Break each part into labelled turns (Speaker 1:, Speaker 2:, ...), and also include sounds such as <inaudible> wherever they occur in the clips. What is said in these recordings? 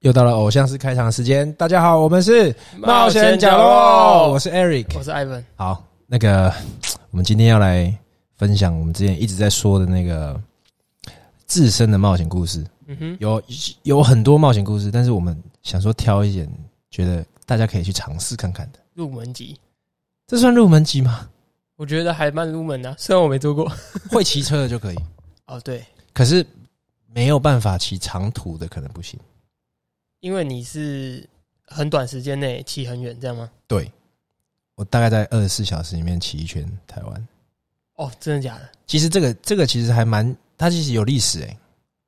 Speaker 1: 又到了偶像式开场时间，大家好，我们是冒险角
Speaker 2: 冒险角
Speaker 1: 落，
Speaker 2: 落
Speaker 1: 我是 Eric。
Speaker 2: 我是艾文，
Speaker 1: 好，那个我们今天要来分享我们之前一直在说的那个自身的冒险故事，
Speaker 2: 嗯哼，
Speaker 1: 有有很多冒险故事，但是我们想说挑一点，觉得大家可以去尝试看看的。
Speaker 2: 入门级，
Speaker 1: 这算入门级吗？
Speaker 2: 我觉得还蛮入门的、啊虽然我没做过。
Speaker 1: <laughs> 会骑车的就可以，
Speaker 2: 哦，对，
Speaker 1: 可是没有办法骑长途的可能不行。
Speaker 2: 因为你是很短时间内骑很远，这样吗？
Speaker 1: 对，我大概在二十四小时里面骑一圈台湾。
Speaker 2: 哦，真的假的？
Speaker 1: 其实这个这个其实还蛮，它其实有历史诶、欸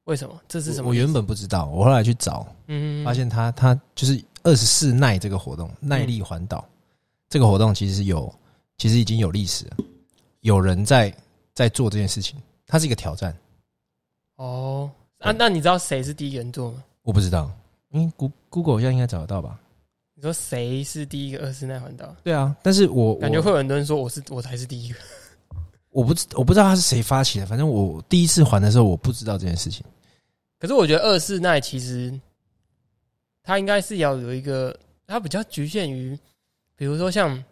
Speaker 2: 为什么？这是什么
Speaker 1: 我
Speaker 2: 意思？
Speaker 1: 原本不知道，我后来去找，
Speaker 2: 嗯
Speaker 1: 发现它它就是二十四耐这个活动，耐力环岛、这个活动其实有，其实已经有历史了，有人在在做这件事情，它是一个挑战。
Speaker 2: 哦，啊，那你知道谁是第一个人做吗？
Speaker 1: 我不知道，因
Speaker 2: 嗯
Speaker 1: 为 Goo- Google 现在应该找得到吧？
Speaker 2: 你说谁是第一个二十奈环岛？
Speaker 1: 对啊，但是我
Speaker 2: 感觉
Speaker 1: 我
Speaker 2: 会有很多人说我是我才是第一个。
Speaker 1: 我不知我不知道他是谁发起的，反正我第一次环的时候我不知道这件事情。
Speaker 2: 可是我觉得二四奈其实它应该是要有一个，它比较局限于，比如说像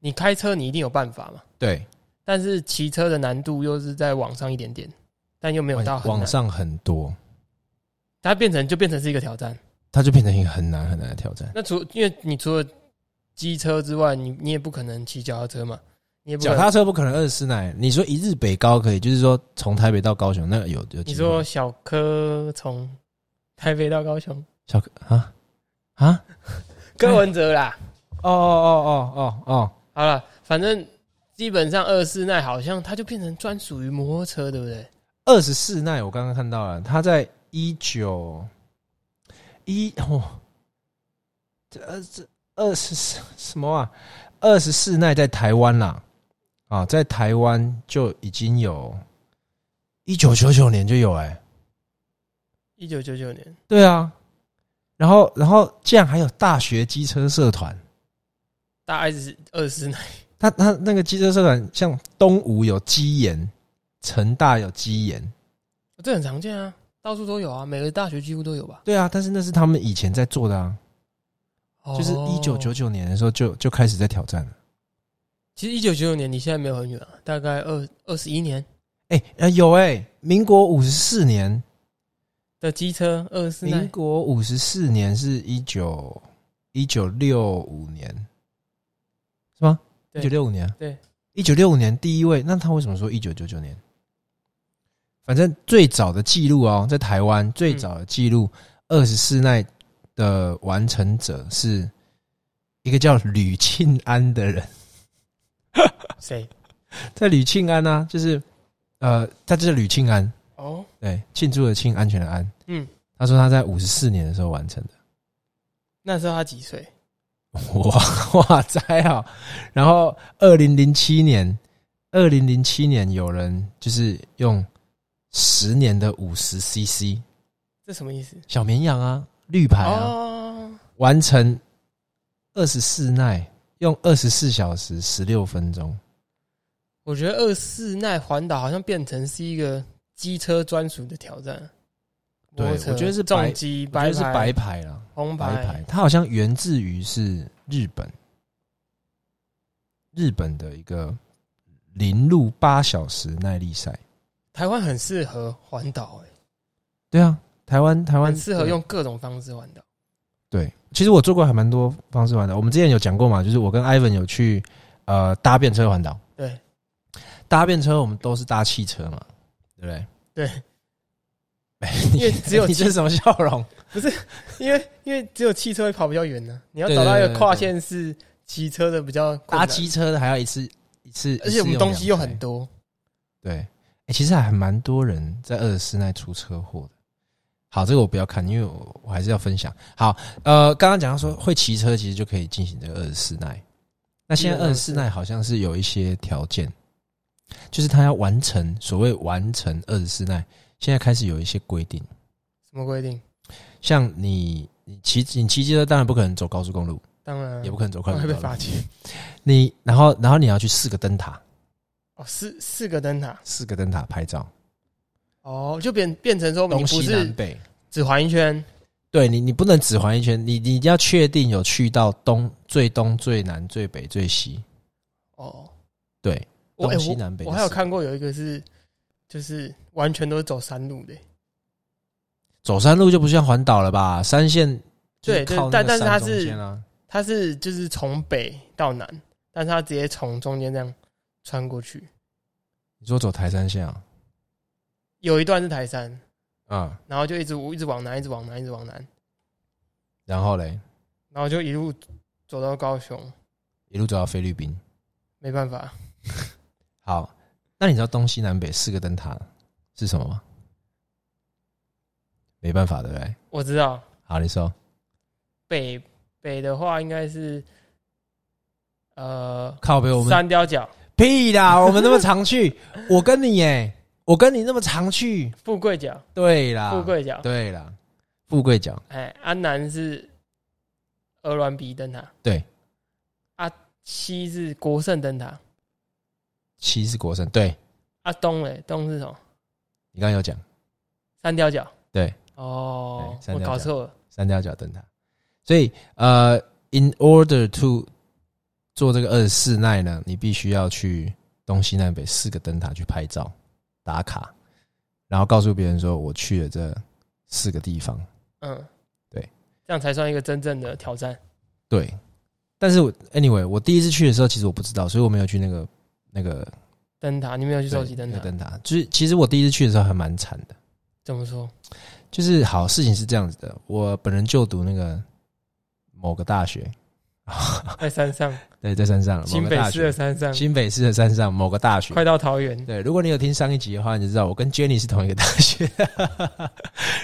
Speaker 2: 你开车，你一定有办法嘛。
Speaker 1: 对，
Speaker 2: 但是骑车的难度又是在往上一点点，但又没有到
Speaker 1: 网
Speaker 2: 很难
Speaker 1: 网，哦上很多，
Speaker 2: 它变成就变成是一个挑战。
Speaker 1: 它就变成一个很难很难的挑战。
Speaker 2: 那除因为你除了机车之外，你你也不可能骑脚踏车嘛，你也不
Speaker 1: 脚
Speaker 2: 可
Speaker 1: 踏
Speaker 2: 能。
Speaker 1: 车不可能二十四奶，你说一日北高可以，就是说从台北到高雄那个有有机会。
Speaker 2: 你说小柯从台北到高雄，
Speaker 1: <laughs> 小哥啊啊
Speaker 2: 柯文哲啦，
Speaker 1: 哦哦哦哦哦，
Speaker 2: <laughs> 好了，反正基本上二四奈好像它就变成专属于摩托车，对不对？
Speaker 1: 二十四奈我刚刚看到了，他在一九一哦，这二这二十四什么啊？二十四奈在台湾啦啊，在台湾就已经有一九九九年就有哎、
Speaker 2: 一九九九年，
Speaker 1: 对啊，然后然后竟然还有大学机车社团。
Speaker 2: 大 S 二四奈，
Speaker 1: 他他那个机车社团，像东吴有基研，成大有基研，
Speaker 2: 这很常见啊，到处都有啊，每个大学几乎都有吧。
Speaker 1: 对啊，但是那是他们以前在做的啊，就是
Speaker 2: 哦
Speaker 1: 一九九九年的时候就就开始在挑战了。
Speaker 2: 其实一九九九年离现在没有很远啊，大概二二十一年
Speaker 1: 哎、呃有哎、民国五十四年，
Speaker 2: 的机车二四
Speaker 1: 民
Speaker 2: 奈，
Speaker 1: 国五十四年是一九一九六五年，是吗？一
Speaker 2: 对
Speaker 1: 九六五年，啊
Speaker 2: 对，
Speaker 1: 一九六五年第一位，那他为什么说一九九九年？反正最早的记录哦，在台湾最早的记录，二十四奈的完成者是一个叫吕庆安的人， <laughs>
Speaker 2: 谁？
Speaker 1: 在吕庆安啊，就是呃，他就是吕庆安，
Speaker 2: 哦，
Speaker 1: 对，庆祝的庆，安全的安，
Speaker 2: 嗯，
Speaker 1: 他说他在五十四年的时候完成的。
Speaker 2: 那时候他几岁？
Speaker 1: <laughs> 哇哇塞啊！然后二零零七年，二零零七年有人就是用十年的五十 CC
Speaker 2: 这什么意思？
Speaker 1: 小绵羊啊，绿牌啊，
Speaker 2: 哦，
Speaker 1: 完成二十四耐，用二十四小时十六分钟。
Speaker 2: 我觉得二四奈环岛好像变成是一个机车专属的挑战。
Speaker 1: 对
Speaker 2: 摩托车
Speaker 1: 我觉得是白
Speaker 2: 重机、
Speaker 1: 我觉
Speaker 2: 白
Speaker 1: 得是白
Speaker 2: 牌、
Speaker 1: 牌啦，
Speaker 2: 红
Speaker 1: 白牌，它好像源自于是日本，日本的一个零路八小时耐力赛。
Speaker 2: 台湾很适合环岛，哎，
Speaker 1: 对啊，台湾台湾
Speaker 2: 很适合用各种方式环岛。
Speaker 1: 对，其实我做过还蛮多方式环岛。我们之前有讲过嘛，就是我跟 Ivan 有去呃搭便车环岛。
Speaker 2: 对，
Speaker 1: 搭便车我们都是搭汽车嘛，对不对？
Speaker 2: 对，
Speaker 1: 哎，
Speaker 2: 因为
Speaker 1: 你
Speaker 2: 只
Speaker 1: <laughs>
Speaker 2: 有
Speaker 1: 你这是什么笑容？
Speaker 2: 因为因为只有汽车会跑比较远呢，你要
Speaker 1: 对
Speaker 2: 找到一
Speaker 1: 对
Speaker 2: 个
Speaker 1: 对
Speaker 2: 跨
Speaker 1: 对
Speaker 2: 县市骑车的比较困
Speaker 1: 搭
Speaker 2: 难
Speaker 1: 机，车的还要一次一次，
Speaker 2: 而且我
Speaker 1: 一次
Speaker 2: 们
Speaker 1: 用
Speaker 2: 东西又
Speaker 1: 两
Speaker 2: 很
Speaker 1: 台。
Speaker 2: 多。
Speaker 1: 对，哎，其实还蛮多人在二十四那出车祸的。好，这个我不要看，因为我我还是要分享。好，呃，刚刚讲到说会骑车，其实就可以进行这个二十四耐。那现在二十四耐好像是有一些条件，就是他要完成所谓完成二十四耐，现在开始有一些规定，
Speaker 2: 什么规定？
Speaker 1: 像你你骑你骑机车，当然不可能走高速公路，
Speaker 2: 当然啊
Speaker 1: 也不可能走快
Speaker 2: 会
Speaker 1: 速
Speaker 2: 被
Speaker 1: 道路
Speaker 2: 罚。钱。
Speaker 1: 你然后然后你要去四个灯塔，
Speaker 2: 哦，四四个灯塔
Speaker 1: 四个灯塔拍照，
Speaker 2: 哦，就变变成说你
Speaker 1: 东
Speaker 2: 不
Speaker 1: 西南
Speaker 2: 是
Speaker 1: 北。
Speaker 2: 只环一圈，
Speaker 1: 对你，你不能只环一圈，你你一定要确定有去到东最东最南最北最西，
Speaker 2: 哦，
Speaker 1: 对，
Speaker 2: 我
Speaker 1: 东
Speaker 2: 哎
Speaker 1: 西
Speaker 2: 我
Speaker 1: 南北
Speaker 2: 我
Speaker 1: 的
Speaker 2: 还有
Speaker 1: 四
Speaker 2: 看过有一个是，就是完全都是走山路的，
Speaker 1: 走山路就不像环岛了吧？山线就是
Speaker 2: 对对
Speaker 1: 靠那
Speaker 2: 但
Speaker 1: 个
Speaker 2: 但是它
Speaker 1: 山中
Speaker 2: 是
Speaker 1: 间啊，
Speaker 2: 它是就是从北到南，但是它直接从中间这样穿过去，
Speaker 1: 你说走台山线啊？
Speaker 2: 有一段是台山，
Speaker 1: 啊，
Speaker 2: 然后就一直一直往南，一直往南，一直往南，
Speaker 1: 然后嘞，
Speaker 2: 然后就一路走到高雄，
Speaker 1: 一路走到菲律宾。
Speaker 2: 没办法，
Speaker 1: 好，那你知道东西南北四个灯塔是什么吗？没办法，对不对？
Speaker 2: 我知道
Speaker 1: 好，你说
Speaker 2: 北北的话应该是呃
Speaker 1: 靠北，我们
Speaker 2: 三貂角、
Speaker 1: 屁啦，我们那么常去，我跟你耶，我跟你那么常去，
Speaker 2: 富贵角、
Speaker 1: 对
Speaker 2: <laughs>
Speaker 1: 啦，
Speaker 2: 富贵角，
Speaker 1: 啊对啦，富贵角
Speaker 2: 哎，安南是鹅銮鼻灯塔，
Speaker 1: 对，
Speaker 2: 啊西是国盛灯塔，
Speaker 1: 七是国胜，对
Speaker 2: 啊东嘞东是什么？
Speaker 1: 你刚刚有讲
Speaker 2: 三貂角，
Speaker 1: 对，
Speaker 2: 哦
Speaker 1: 对，三
Speaker 2: 我
Speaker 1: 貂角
Speaker 2: 搞错了，
Speaker 1: 三貂角灯塔，所以呃，in order to 做这个二十四奈呢，你必须要去东西南北四个灯塔去拍照打卡，然后告诉别人说我去了这四个地方，
Speaker 2: 嗯，
Speaker 1: 对，
Speaker 2: 这样才算一个真正的挑战。
Speaker 1: 对。但是我 anyway，我第一次去的时候，其实我不知道，所以我没有去那个那个
Speaker 2: 灯塔，你没有去收集
Speaker 1: 对
Speaker 2: 灯
Speaker 1: 那
Speaker 2: 塔
Speaker 1: 个，灯塔。就是其实我第一次去的时候还蛮惨的，
Speaker 2: 怎么说？
Speaker 1: 就是好事情是这样子的，我本人就读那个某个大学，
Speaker 2: 在山
Speaker 1: <laughs>
Speaker 2: 上，
Speaker 1: 对，在山上，某
Speaker 2: 新
Speaker 1: 个
Speaker 2: 北
Speaker 1: 大
Speaker 2: 市
Speaker 1: 学
Speaker 2: 的，山上，
Speaker 1: 新北市的山上某个大学。
Speaker 2: 快到桃园，
Speaker 1: 对，如果你有听上一集的话，你就知道我跟 Jenny 是同一个大学。 <laughs>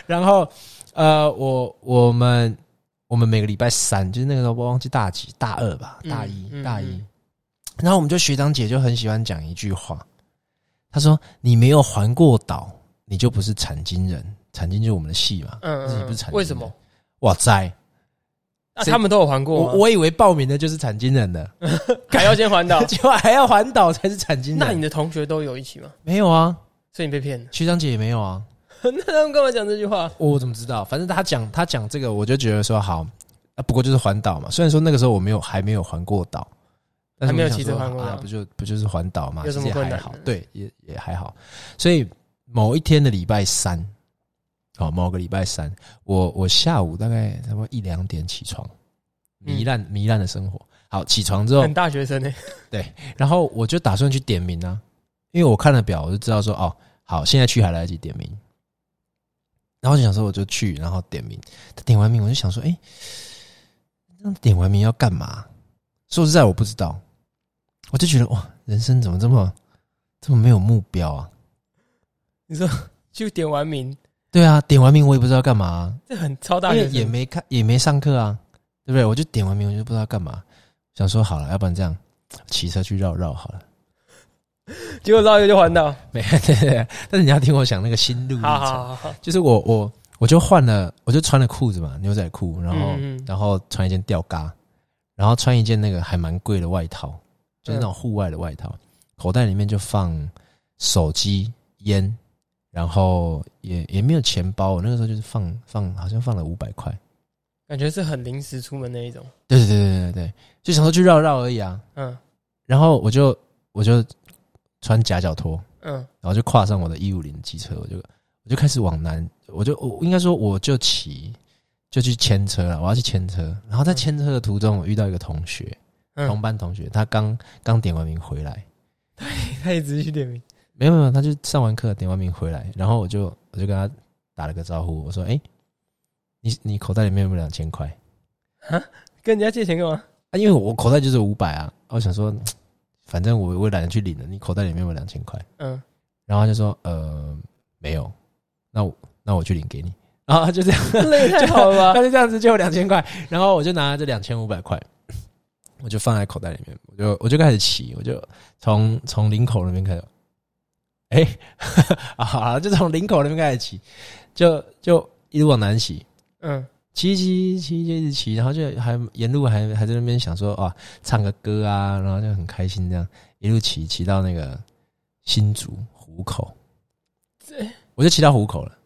Speaker 1: 然后，呃，我我们我们每个礼拜三，就是那个时候我忘记大几，大二吧，
Speaker 2: 嗯
Speaker 1: 大一、
Speaker 2: 嗯
Speaker 1: 大一。
Speaker 2: 嗯
Speaker 1: 然后我们就学长姐就很喜欢讲一句话，她说：“你没有环过岛，你就不是产经人。产经就是我们的系嘛，
Speaker 2: 嗯
Speaker 1: 自己不
Speaker 2: 嗯
Speaker 1: 是产，
Speaker 2: 为什么？？
Speaker 1: 哇塞！
Speaker 2: 那
Speaker 1: 谁
Speaker 2: 他们都有环过吗
Speaker 1: 我我以为报名的就是产经人的，，
Speaker 2: 还要先环
Speaker 1: <laughs>
Speaker 2: 岛
Speaker 1: 结果还要环岛才是产经人。
Speaker 2: 那你的同学都有一起吗？
Speaker 1: 没有啊？
Speaker 2: 所以你被骗了。 <laughs>
Speaker 1: 学长姐也没有啊？
Speaker 2: 那他们干嘛讲这句话？
Speaker 1: 我怎么知道？反正他讲他讲这个，我就觉得说好啊，不过就是环岛嘛。虽然说那个时候我没有还没有环过岛，但是
Speaker 2: 还没有
Speaker 1: 我就想说
Speaker 2: 骑车环过岛
Speaker 1: 啊，不就不就是环岛嘛，
Speaker 2: 有
Speaker 1: 其
Speaker 2: 什
Speaker 1: 实
Speaker 2: 么
Speaker 1: 也
Speaker 2: 困
Speaker 1: 还
Speaker 2: 难
Speaker 1: 好，对，也也还好。所以某一天的礼拜三，哦，某个礼拜三，我我下午大概差不多一两点起床，
Speaker 2: 嗯
Speaker 1: 糜烂糜烂的生活。好，起床之后
Speaker 2: 很，大学生欸呢，
Speaker 1: 然后我就打算去点名啊，因为我看了表，我就知道说哦，好，现在去还来得及点名。然后就想说我就去，然后点名。点完名我就想说，哎，那点完名要干嘛？说实在我不知道，我就觉得哇，人生怎么这么这么没有目标啊？
Speaker 2: 就点完名，
Speaker 1: 对啊，点完名我也不知道干嘛啊、
Speaker 2: 这很超大
Speaker 1: 因
Speaker 2: 学
Speaker 1: 为
Speaker 2: 生
Speaker 1: 哎也没看也没上课啊，对不对？我就点完名我就不知道干嘛，想说好了，要不然这样骑车去绕绕好了。
Speaker 2: 结果绕一个就环岛，
Speaker 1: <laughs> 没，对对对但是你要听我讲那个心路历程。
Speaker 2: 好好好好，
Speaker 1: 就是我我我就换了，我就穿了裤子嘛，牛仔裤，然后、
Speaker 2: 嗯嗯
Speaker 1: 然后穿一件吊嘎，然后穿一件那个还蛮贵的外套，就是那种户外的外套，口袋里面就放手机、烟，然后也也没有钱包，我那个时候就是放放，好像放了五百块，
Speaker 2: 感觉是很临时出门那一种，
Speaker 1: 对对对对对对，就想说去绕绕而已啊，
Speaker 2: 嗯
Speaker 1: 然后我就我就穿夹脚拖，
Speaker 2: 嗯
Speaker 1: 然后就跨上我的一五零机车，我就我就开始往南，我就我应该说我就骑就去牵车了，我要去牵车。然后在牵车的途中，我遇到一个同学，同
Speaker 2: 嗯，
Speaker 1: 班同学，他刚刚点完名回来，
Speaker 2: 他一直去点名，
Speaker 1: 没有没有，他就上完课点完名回来，然后我就我就跟他打了个招呼，我说：“哎、你你口袋里面有没有两千块？
Speaker 2: 跟人家借钱干嘛？
Speaker 1: 啊，因为我口袋就是五百啊，我想说，嘖反正我我也懒得去领了，你口袋里面有没有两千块？” <laughs>
Speaker 2: 嗯，
Speaker 1: 然后他就说：“呃，没有，那我那我去领给你。”然后他就这样。
Speaker 2: 那也太好了
Speaker 1: 他
Speaker 2: 吧？
Speaker 1: 就这样子就有两千块，然后我就拿这两千五百块，我就放在口袋里面，我就我就开始骑，我就从从林口那边开始，哎、啊 <laughs> 好了，就从林口那边开始骑，就就一路往南骑，
Speaker 2: <laughs> 嗯，
Speaker 1: 骑骑骑就一直骑，然后就还沿路还还在那边想说哇，唱个歌啊，然后就很开心这样一路骑骑到那个新竹湖口，我就骑到湖口了，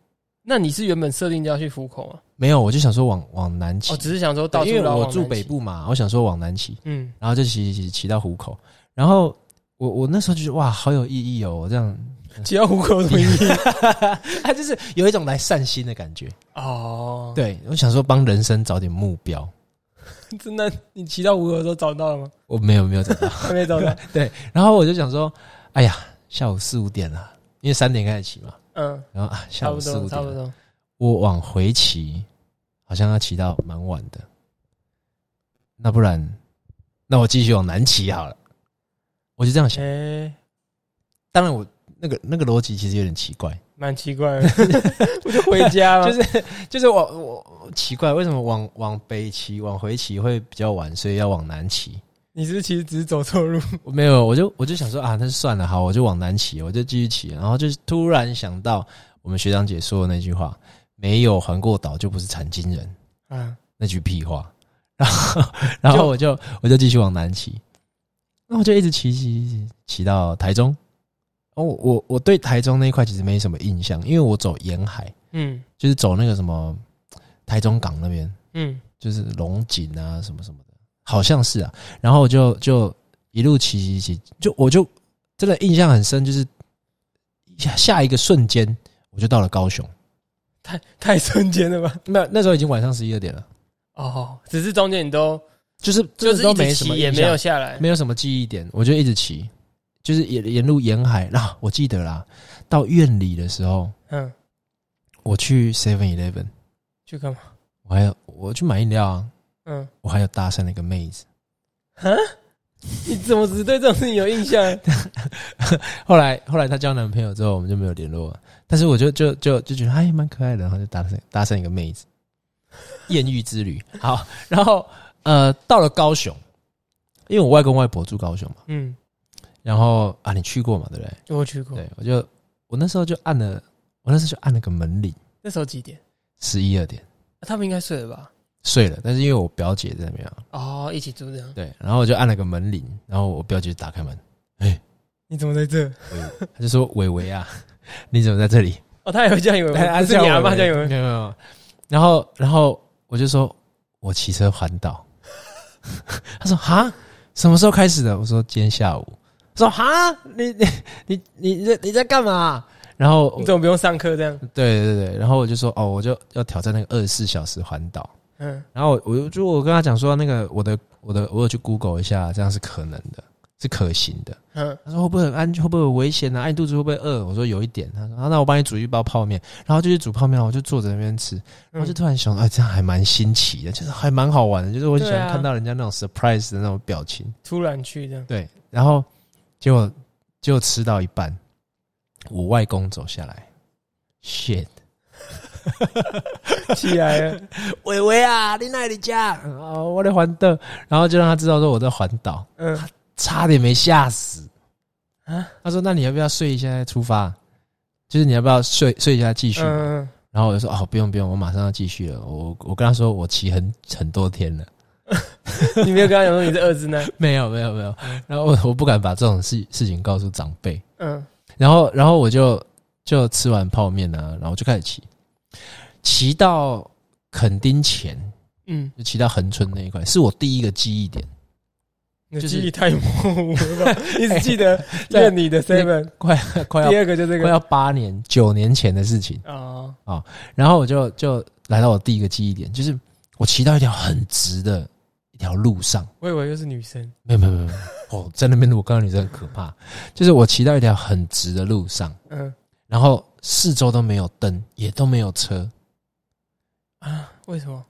Speaker 2: 那你是原本设定就要去浦口啊？
Speaker 1: 没有，我就想说往往南骑
Speaker 2: 哦，，只是想说到
Speaker 1: 对
Speaker 2: 处
Speaker 1: 因为
Speaker 2: 绕
Speaker 1: 我
Speaker 2: 往
Speaker 1: 住
Speaker 2: 南
Speaker 1: 北
Speaker 2: 骑，
Speaker 1: 部嘛，我想说往南骑，
Speaker 2: 嗯，
Speaker 1: 然后就骑骑骑到虎口，然后我我那时候就觉得哇，好有意义哦，我这
Speaker 2: <laughs>
Speaker 1: 样，
Speaker 2: 骑到虎口什么
Speaker 1: <laughs>
Speaker 2: 意义？
Speaker 1: 啊，就是有一种来散心的感觉。
Speaker 2: 哦，
Speaker 1: 对，我想说帮人生找点目标，
Speaker 2: 对，那你骑到虎口的时候找到了吗？
Speaker 1: 我没有没有找
Speaker 2: <laughs>
Speaker 1: 到，
Speaker 2: 还没
Speaker 1: <laughs>
Speaker 2: 找到，
Speaker 1: 然后我就想说，哎呀，下午四五点了，因为三点开始骑嘛，
Speaker 2: 嗯，
Speaker 1: 然后啊，下
Speaker 2: 差
Speaker 1: 午
Speaker 2: 不
Speaker 1: 四五
Speaker 2: 多，差
Speaker 1: 点
Speaker 2: 不
Speaker 1: 了，
Speaker 2: 多。
Speaker 1: 我往回骑，好像要骑到蛮晚的，那不然，那我继续往南骑好了，我就这样想。
Speaker 2: 哎，
Speaker 1: 当然我那个那个逻辑其实有点奇怪。
Speaker 2: 蛮奇怪的， <laughs> 我就回家了，
Speaker 1: <laughs> 就是就是我我我奇怪，为什么往往北骑往回骑会比较晚，所以要往南骑？ <laughs>
Speaker 2: 你是不是其实只是走错路，
Speaker 1: 我没有，我就我就想说啊，那就算了，好，我就往南骑，我就继续骑。然后就是突然想到我们学长姐说的那句话：“没有环过岛就不是残疾人。
Speaker 2: 啊，”
Speaker 1: 那句屁话。 <laughs> 然后然后我就我就继续往南骑，那我就一直骑骑骑骑到台中。哦，我我我对台中那一块其实没什么印象，因为我走沿海，
Speaker 2: 嗯
Speaker 1: 就是走那个什么台中港那边。
Speaker 2: 嗯，
Speaker 1: 就是龙井啊什么什么的，好像是啊。然后我就就一路骑骑骑，就我就真的印象很深，就是下下一个瞬间我就到了高雄。
Speaker 2: 太太瞬间了吧？
Speaker 1: 那那时候已经晚上十一二点了，
Speaker 2: 哦，只是中间你都
Speaker 1: 就是
Speaker 2: 就
Speaker 1: 真的
Speaker 2: 是
Speaker 1: 都
Speaker 2: 一直
Speaker 1: 没什么
Speaker 2: 骑也
Speaker 1: 印
Speaker 2: 没
Speaker 1: 象
Speaker 2: 有下来，
Speaker 1: 没有什么记忆点，我就一直骑，就是沿沿路沿海。那、啊、我记得啦，到院里的时候，
Speaker 2: 嗯，
Speaker 1: 我去 Seven Eleven，
Speaker 2: 去干嘛？
Speaker 1: 我还有我去买饮料啊，
Speaker 2: 嗯，
Speaker 1: 我还有搭讪了一个妹子。
Speaker 2: 你怎么只对这种事情有 <laughs> 印象？
Speaker 1: 后来后来她交男朋友之后，我们就没有联络了。但是我就就就就觉得哎，蛮可爱的，然后就搭讪搭讪一个妹子，艳遇之旅。好，然后呃，到了高雄，因为我外公外婆住高雄嘛，
Speaker 2: 嗯，
Speaker 1: 然后啊，你去过嘛，对不对？
Speaker 2: 我去过，
Speaker 1: 对，我就我那时候就按了，我那时候就按了个门铃，
Speaker 2: 那时候几点？
Speaker 1: 十一二点
Speaker 2: 啊他们应该睡了吧？
Speaker 1: 睡了，但是因为我表姐在那边啊，
Speaker 2: 哦，一起住这样，
Speaker 1: 对，然后我就按了个门铃，然后我表姐就打开门，
Speaker 2: 你怎么在这？
Speaker 1: 她就说：“伟伟啊， <laughs> 你怎么在这里？”
Speaker 2: 哦，他也会这 <laughs> 样以为
Speaker 1: 对
Speaker 2: 吗，
Speaker 1: 啊
Speaker 2: 不是你阿妈这
Speaker 1: 没
Speaker 2: 样以
Speaker 1: 有
Speaker 2: 为
Speaker 1: 没
Speaker 2: 吗，
Speaker 1: 有没有。然后然后我就说，我骑车环岛。他说哈，什么时候开始的？我说今天下午。他说哈，你你你你你在你在干嘛？然后
Speaker 2: 你怎么不用上课这样？
Speaker 1: 对对对，然后我就说哦，我就要挑战那个二十四小时环岛。
Speaker 2: 嗯，
Speaker 1: 然后我我就就我跟他讲说，那个我的我的我有去 Google 一下，这样是可能的，是可行的。
Speaker 2: 嗯，
Speaker 1: 他说会不会很安，会不会有危险啊？哎，你肚子会不会饿？我说有一点。他说、啊、那我帮你煮一包泡面，然后就去煮泡面，然后我就坐在那边吃。
Speaker 2: 嗯
Speaker 1: 然后就突然想，哎，这样还蛮新奇的，就是还蛮好玩的，就是我喜
Speaker 2: 对
Speaker 1: 欢
Speaker 2: 啊
Speaker 1: 看到人家那种 surprise 的那种表情。
Speaker 2: 突然去这样，
Speaker 1: 对，然后结果结果吃到一半，我外公走下来，shit，
Speaker 2: 起来 <laughs> 了，
Speaker 1: 伟伟啊，你哪里家？啊、我在环岛，然后就让他知道说我在环岛，
Speaker 2: 嗯
Speaker 1: 差点没吓死。
Speaker 2: 啊，
Speaker 1: 他说：“那你要不要睡一下再出发？就是你要不要睡睡一下继续？”
Speaker 2: 嗯，嗯
Speaker 1: 然后我就说：“哦，不用不用，我马上要继续了。我”我跟他说：“我骑很很多天了，
Speaker 2: 嗯你没有跟他讲说你是二之男，
Speaker 1: <laughs> 没有没有没有。” <laughs> 然后我我不敢把这种事事情告诉长辈。
Speaker 2: 嗯，
Speaker 1: 然后然后我就就吃完泡面啊，然后我就开始骑，骑到垦丁前，
Speaker 2: 嗯，
Speaker 1: 就骑到恒春那一块，是我第一个记忆点。
Speaker 2: 嗯你的
Speaker 1: 就是
Speaker 2: 记忆太模糊了吧？ <laughs> 你只记得
Speaker 1: 在
Speaker 2: 认你的 seven，
Speaker 1: 快快要
Speaker 2: 第二个就这
Speaker 1: 快
Speaker 2: 个
Speaker 1: 要八年九年前的事情。
Speaker 2: 哦，
Speaker 1: 然后我就就来到我第一个记忆点，就是我骑到一条很直的一条路上，
Speaker 2: 我以为又是女生，
Speaker 1: 没有没有没有，没有哦，在那边我告诉你真的很可怕，就是我骑到一条很直的路上，
Speaker 2: 嗯
Speaker 1: 然后四周都没有灯，也都没有车，
Speaker 2: 啊，为什么？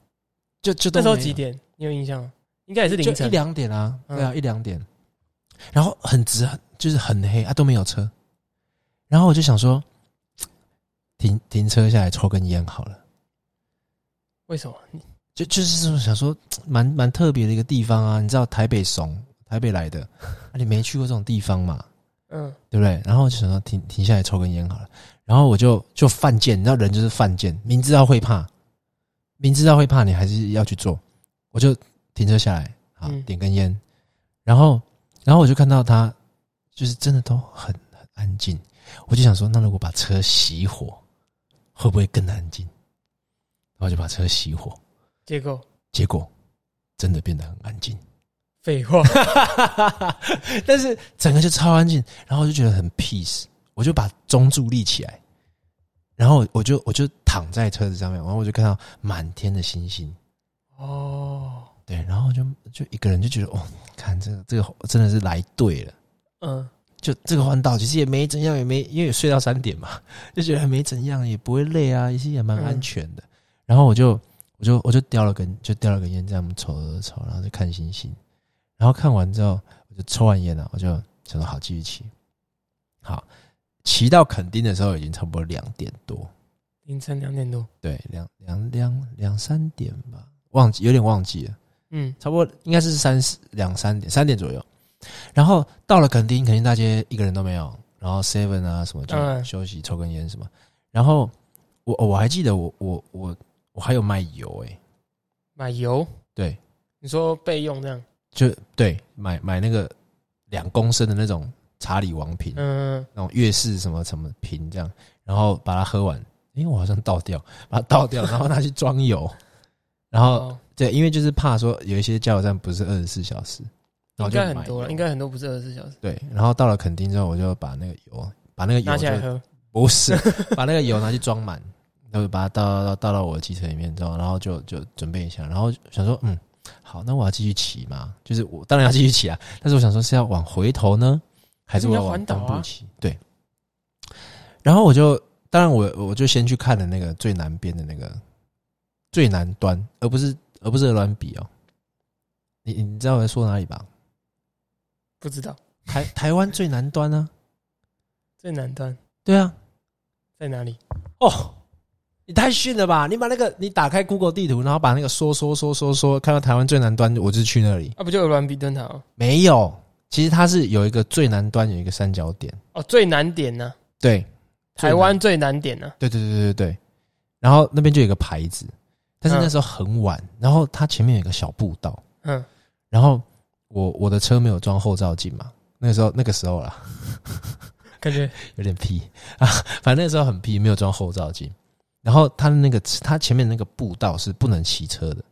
Speaker 1: 就就都
Speaker 2: 那时候
Speaker 1: 没有
Speaker 2: 几点？你有印象吗？应该也是凌
Speaker 1: 就一
Speaker 2: 晨，
Speaker 1: 两点啊，
Speaker 2: 嗯
Speaker 1: 对啊，一两点，然后很直，很就是很黑啊，都没有车，然后我就想说，停停车下来抽根烟好了。
Speaker 2: 为什么？你
Speaker 1: 就就是想说，蛮蛮特别的一个地方啊。你知道台北怂，台北来的，啊、你没去过这种地方嘛，
Speaker 2: 嗯
Speaker 1: 对不对？然后我就想说停停下来抽根烟好了。然后我就就犯贱，你知道人就是犯贱，明知道会怕，明知道会怕，你还是要去做。我就停车下来，好
Speaker 2: 嗯
Speaker 1: 点根烟，然后然后我就看到他，就是真的都很很安静。我就想说，那如果把车熄火，会不会更安静？然后就把车熄火，
Speaker 2: 结果
Speaker 1: 结果真的变得很安静， <laughs>
Speaker 2: 废话，
Speaker 1: 但是整个就超安静，然后我就觉得很 peace，我就把中柱立起来，然后我就我就躺在车子上面，然后我就看到满天的星星，
Speaker 2: 哦，
Speaker 1: 对，然后就就一个人就觉得，哦，看这个这个真的是来对了。
Speaker 2: 嗯，
Speaker 1: 就这个环岛其实也没怎样，也没因为也睡到三点嘛， <laughs> 就觉得没怎样，也不会累啊，其实也蛮安全的。然后我就我就我就叼了根就叼了根烟，这样抽抽抽，然后就看星星。然后看完之后，我就抽完烟了，我就想说好继续骑。好，骑到垦丁的时候已经差不多两点多，
Speaker 2: 凌晨两点多，
Speaker 1: 对，两两两两三点吧，忘记有点忘记了。
Speaker 2: 嗯，
Speaker 1: 差不多应该是三四两三点，三点左右。然后到了垦丁，垦丁大街一个人都没有，然后 Seven 啊什么就
Speaker 2: 嗯
Speaker 1: 休息、抽根烟什么。然后我我还记得我我我我还有卖油诶、
Speaker 2: 买油，
Speaker 1: 对，
Speaker 2: 你说备用这样，
Speaker 1: 就对买买那个两公升的那种查理王瓶，
Speaker 2: 嗯，
Speaker 1: 那种粤式什么什么瓶这样，然后把它喝完，因为我好像倒掉，把它倒掉，
Speaker 2: <laughs>
Speaker 1: 然后拿去装油，然后
Speaker 2: 哦，
Speaker 1: 对，因为就是怕说有一些加油站不是二十四小时，然
Speaker 2: 应
Speaker 1: 后就
Speaker 2: 该很
Speaker 1: 买
Speaker 2: 多了，
Speaker 1: 油
Speaker 2: 应该很多不是二十四小时，
Speaker 1: 对，然后到了垦丁之后，我就把那个油，把那个
Speaker 2: 拿
Speaker 1: 油
Speaker 2: 起来
Speaker 1: 就
Speaker 2: 喝，
Speaker 1: 不是 <laughs> 把那个油拿去装满，然后把它倒倒倒到我的机车里面之后，然后就就准备一下，然后想说，嗯，好，那我要继续骑嘛，就是我当然要继续骑啊，但是我想说是要往回头呢，还是我
Speaker 2: 你要
Speaker 1: 往
Speaker 2: 环岛
Speaker 1: 东
Speaker 2: 啊
Speaker 1: 部骑？对。然后我就，当然我我就先去看了那个最南边的那个最南端，而不是而不是鹅銮比哦。你你知道我在说哪里吧？
Speaker 2: <laughs> 不知道
Speaker 1: 台台湾最南端呢、
Speaker 2: 最南端
Speaker 1: 对啊，
Speaker 2: 在哪里？
Speaker 1: 哦，你太逊了吧！你把那个你打开 Google 地图，然后把那个说说说说说，看到台湾最南端，我就去那里。
Speaker 2: 啊，不就有软比灯塔哦
Speaker 1: 没有，其实它是有一个最南端有一个三角点，
Speaker 2: 哦，最难点呢，
Speaker 1: 对，最南
Speaker 2: 台湾最难点呢，
Speaker 1: 对对对对对对。然后那边就有一个牌子，但是那时候很晚，然后它前面有一个小步道，
Speaker 2: 嗯，
Speaker 1: 然后我我的车没有装后照镜嘛，那个时候那个时候啦，
Speaker 2: 感觉
Speaker 1: 有点屁啊，反正那时候很屁，没有装后照镜。然后他的那个他前面那个步道是不能骑车的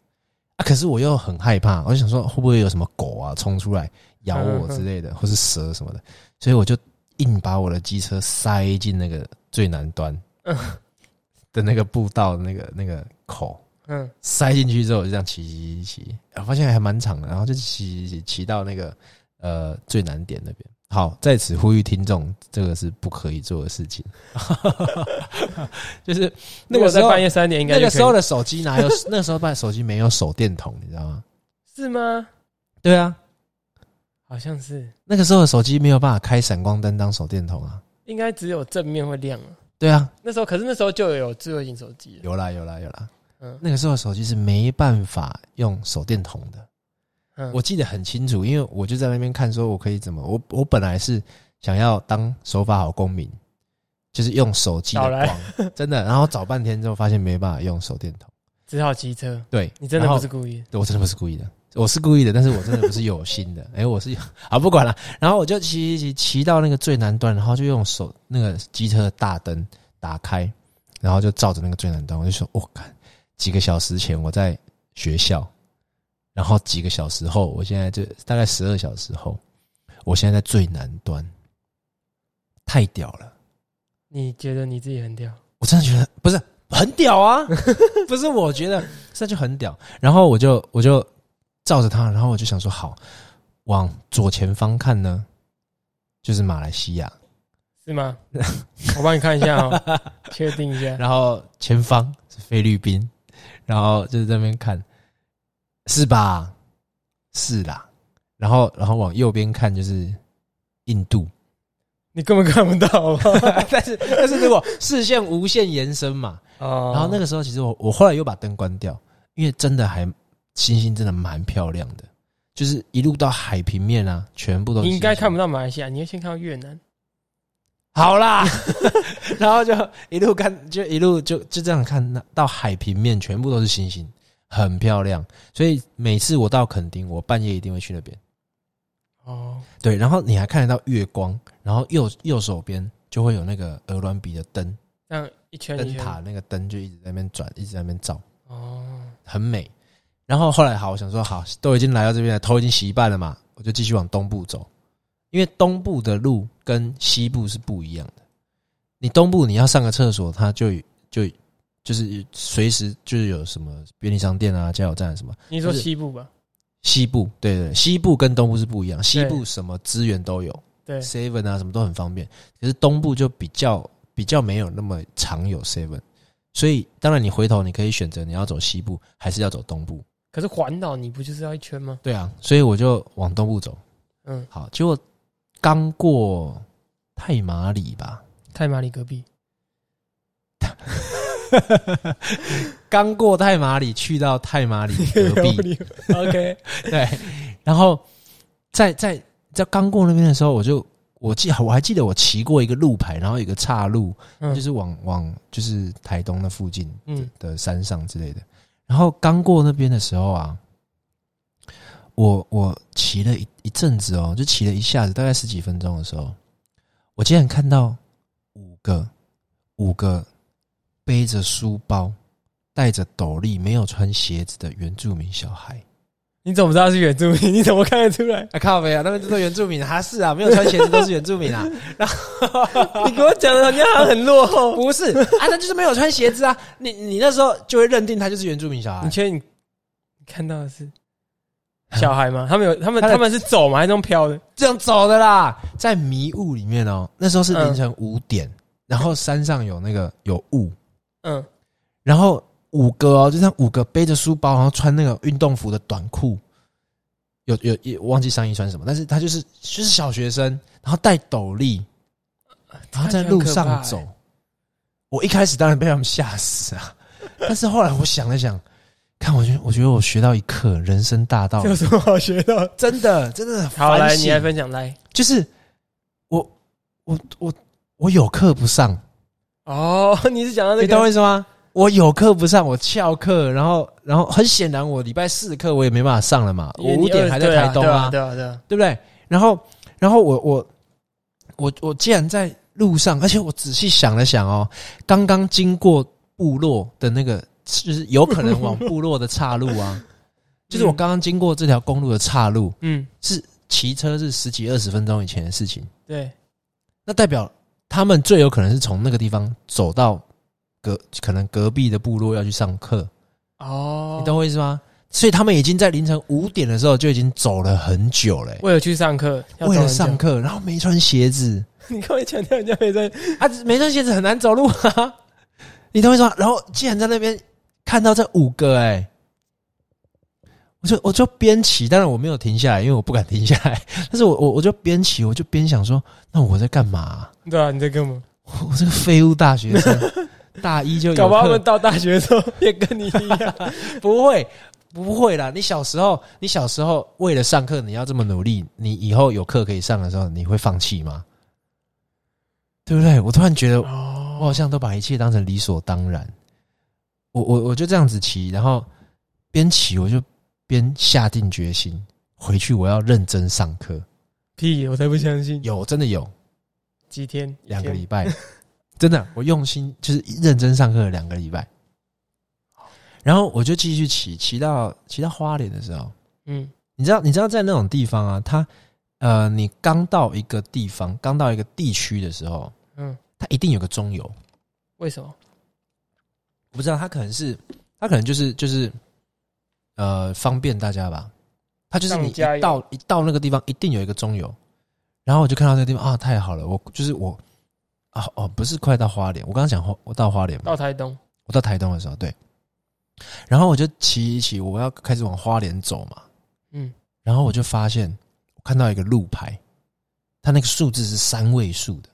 Speaker 1: 啊，可是我又很害怕，我就想说会不会有什么狗啊冲出来咬我之类的，或是蛇什么的，所以我就硬把我的机车塞进那个最南端
Speaker 2: 嗯
Speaker 1: 的那个步道的那个那个口，
Speaker 2: 嗯，
Speaker 1: 塞进去之后，我就这样骑骑骑骑，啊发现还蛮长的，然后就骑骑骑骑到那个呃最难点那边。好，在此呼吁听众，这个是不可以做的事情。 <laughs> 就是那个
Speaker 2: 如果
Speaker 1: 时
Speaker 2: 在
Speaker 1: 候，
Speaker 2: 半夜三点应该
Speaker 1: 那
Speaker 2: 就
Speaker 1: 个
Speaker 2: 可以
Speaker 1: 时候的手机
Speaker 2: <laughs>
Speaker 1: 哪有？那个时候办手机没有手电筒，你知道吗？
Speaker 2: 是吗？
Speaker 1: 对啊，
Speaker 2: 好像是，
Speaker 1: 那个时候的手机没有办法开闪光灯当手电筒啊。
Speaker 2: 应该只有正面会亮啊。
Speaker 1: 对啊，
Speaker 2: 那时候可是那时候就有智慧型手机了，
Speaker 1: 有啦有啦有啦，
Speaker 2: 嗯
Speaker 1: 那个时候的手机是没办法用手电筒的。
Speaker 2: 嗯，
Speaker 1: 我记得很清楚，因为我就在那边看，说我可以怎么，我我本来是想要当守法好公民，就是用手机
Speaker 2: 少
Speaker 1: 的
Speaker 2: 来
Speaker 1: 光，真的，然后找半天之后发现没办法用手电筒，
Speaker 2: 只好骑车。
Speaker 1: 对
Speaker 2: 你真的
Speaker 1: 然
Speaker 2: 不
Speaker 1: 后
Speaker 2: 是故意的，
Speaker 1: 对我真的不是故意的，我是故意的，但是我真的不是有心的。哎、我是有啊，不管了。然后我就骑骑骑骑到那个最南端，然后就用手那个机车的大灯打开，然后就照着那个最南端，我就说，我、看几个小时前我在学校，然后几个小时后，我现在就大概十二小时后，我现在在最南端，太屌了。
Speaker 2: 你觉得你自己很屌？
Speaker 1: 我真的觉得不是很屌啊，不是我觉得这就很屌。然后我就我就照着他，然后我就想说，好，往左前方看呢，就是马来西亚，
Speaker 2: 是 <laughs> 吗？我帮你看一下 <laughs> 哦，确定一下。
Speaker 1: 然后前方是菲律宾，然后就是这边看，是吧？是啦。然后然后往右边看就是印度， <laughs>
Speaker 2: 你根本看不到吧 <laughs>
Speaker 1: 但是但是如果视线无限延伸嘛，
Speaker 2: 哦。
Speaker 1: 然后那
Speaker 2: 个
Speaker 1: 个时候，其实我我后来又把灯关掉，因为真的还星星真的蛮漂亮的，就是一路到海平面啊，全部都是
Speaker 2: 你应该
Speaker 1: 星星
Speaker 2: 看不到马来西亚，你要先看到越南。
Speaker 1: 好啦， <laughs> 然后就一路看，就一路就就这样看，那到海平面全部都是星星，很漂亮。所以每次我到垦丁，我半夜一定会去那边。
Speaker 2: 哦，
Speaker 1: 对，然后你还看得到月光，然后右右手边就会有那个鹅銮鼻的灯，
Speaker 2: 这样一圈一
Speaker 1: 灯
Speaker 2: 圈
Speaker 1: 塔那个灯就一直在那边转，一直在那边照，
Speaker 2: 哦，
Speaker 1: 很美。然后后来好，我想说好，都已经来到这边了，头已经洗一半了嘛，我就继续往东部走，因为东部的路跟西部是不一样的。你东部你要上个厕所，它就就就是随时就是有什么便利商店啊、加油站啊什么。
Speaker 2: 你说
Speaker 1: 就是
Speaker 2: 西部吧？
Speaker 1: 西部对对，西部跟东部是不一样，西
Speaker 2: 对
Speaker 1: 部什么资源都有，
Speaker 2: 对，
Speaker 1: seven 啊，什么都很方便。可是东部就比较比较没有那么常有 seven，所以当然你回头你可以选择你要走西部还是要走东部。
Speaker 2: 可是环岛你不就是要一圈吗？
Speaker 1: 对啊，所以我就往东部走。
Speaker 2: 嗯，
Speaker 1: 好，结果刚过泰马里吧，
Speaker 2: 泰马里隔壁，
Speaker 1: 刚过泰马里去到泰马里隔壁，
Speaker 2: <laughs> ，OK，
Speaker 1: 对，然后在在在刚过那边的时候，我就我记我还记得我骑过一个路牌，然后有一个岔路，
Speaker 2: 嗯
Speaker 1: 就是往往就是台东那附近
Speaker 2: 嗯
Speaker 1: 的山上之类的。然后刚过那边的时候啊，我我骑了一一阵子哦，就骑了一下子，大概十几分钟的时候，我竟然看到五个五个背着书包、戴着斗笠、没有穿鞋子的原住民小孩。
Speaker 2: 你怎么知道是原住民？你怎么看得出 <laughs> 来？
Speaker 1: 啊靠北啊，那边都是原住民，哈是啊，没有穿鞋子都是原住民啊，
Speaker 2: 你给我讲的好像他很落后。
Speaker 1: 不是啊，那就是没有穿鞋子啊，你你那时候就会认定他就是原住民小孩
Speaker 2: 你，确定你看到的是小孩吗？他们有他们
Speaker 1: 嗯他的
Speaker 2: 他们是走吗？还是用飘的？
Speaker 1: 这样走的啦，在迷雾里面哦，那时候是
Speaker 2: 嗯
Speaker 1: 凌晨五点，然后山上有那个有雾，
Speaker 2: 嗯，
Speaker 1: 然后五个哦，就像五个背着书包，然后穿那个运动服的短裤，有有也忘记上衣穿什么，但是他就是就是小学生，然后戴斗笠，然后在路上
Speaker 2: 看起来很
Speaker 1: 走
Speaker 2: 可怕欸。
Speaker 1: 我一开始当然被他们吓死啊，但是后来我想了想，看我觉得我觉得我学到一课，人生大道
Speaker 2: 这，有什么好学的？
Speaker 1: 真的真的
Speaker 2: 好，
Speaker 1: 反
Speaker 2: 来，
Speaker 1: 省
Speaker 2: 你来分享来。
Speaker 1: 就是我我我我有课不上，
Speaker 2: 哦，你是讲到
Speaker 1: 你
Speaker 2: 那
Speaker 1: 懂
Speaker 2: 个
Speaker 1: 我意思吗？我有课不上，我翘课，然后然后很显然我礼拜四的课我也没办法上了嘛，
Speaker 2: 因
Speaker 1: 我
Speaker 2: 为你
Speaker 1: 五点还在
Speaker 2: 对啊
Speaker 1: 台东
Speaker 2: 对啊，对啊，对啊。
Speaker 1: 对不对？然后然后我我我我竟然在路上，而且我仔细想了想哦，刚刚经过部落的那个，就是有可能往部落的岔路啊，就是我刚刚经过这条公路的岔路，
Speaker 2: 嗯，
Speaker 1: 是骑车是十几二十分钟以前的事情。
Speaker 2: 对，
Speaker 1: 那代表他们最有可能是从那个地方走到隔可能隔壁的部落要去上课，
Speaker 2: 哦，
Speaker 1: 你懂我意思吗？所以他们已经在凌晨五点的时候就已经走了很久了、欸
Speaker 2: 为了去上课，要
Speaker 1: 为了
Speaker 2: 走很
Speaker 1: 上
Speaker 2: 久，
Speaker 1: 课，然后没穿鞋子
Speaker 2: 你刚才强调人家没在，
Speaker 1: 啊，没穿鞋子很难走路啊，你懂我意思吗？然后竟然在那边看到这五个哎、欸我就我就边骑，当然我没有停下来，因为我不敢停下来。 <laughs> 但是我我我就边骑，我就边想说，那我在干嘛 <laughs> 啊、
Speaker 2: 对啊，你在干嘛？
Speaker 1: 我我这个废物大学生，
Speaker 2: <laughs>
Speaker 1: 大一就有
Speaker 2: 搞不好他
Speaker 1: 课
Speaker 2: 们到大学的时候也跟你一样。
Speaker 1: 不会不会啦。你小时候，你小时候为了上课你要这么努力，你以后有课可以上的时候，你会放弃吗？对不对？我突然觉得我
Speaker 2: 哦
Speaker 1: 好像都把一切当成理所当然。我我我就这样子骑，然后边骑我就边下定决心，回去我要认真上课。
Speaker 2: 屁，我才不相信。
Speaker 1: 有真的有，
Speaker 2: 几天？
Speaker 1: 两个
Speaker 2: 一天
Speaker 1: 礼拜，真的，我用心就是认真上课了两个礼拜，然后我就继续骑，骑到骑到花莲的时候，
Speaker 2: 嗯，
Speaker 1: 你知道，你知道在那种地方啊，它呃，你刚到一个地方，刚到一个地区的时候，
Speaker 2: 嗯，
Speaker 1: 它一定有个中游，
Speaker 2: 为什么？
Speaker 1: 我不知道它可能是它可能就是就是呃方便大家吧，它就是
Speaker 2: 让
Speaker 1: 你
Speaker 2: 你加
Speaker 1: 一
Speaker 2: 油
Speaker 1: 到一到那个地方一定有一个中游，然后我就看到这个地方啊，太好了，我就是我。啊哦，不是快到花莲，我刚刚讲花我到花莲嘛，
Speaker 2: 到台东，
Speaker 1: 我到台东的时候，对，然后我就骑一骑，我要开始往花莲走嘛，
Speaker 2: 嗯，
Speaker 1: 然后我就发现我看到一个路牌，它那个数字是三位数的，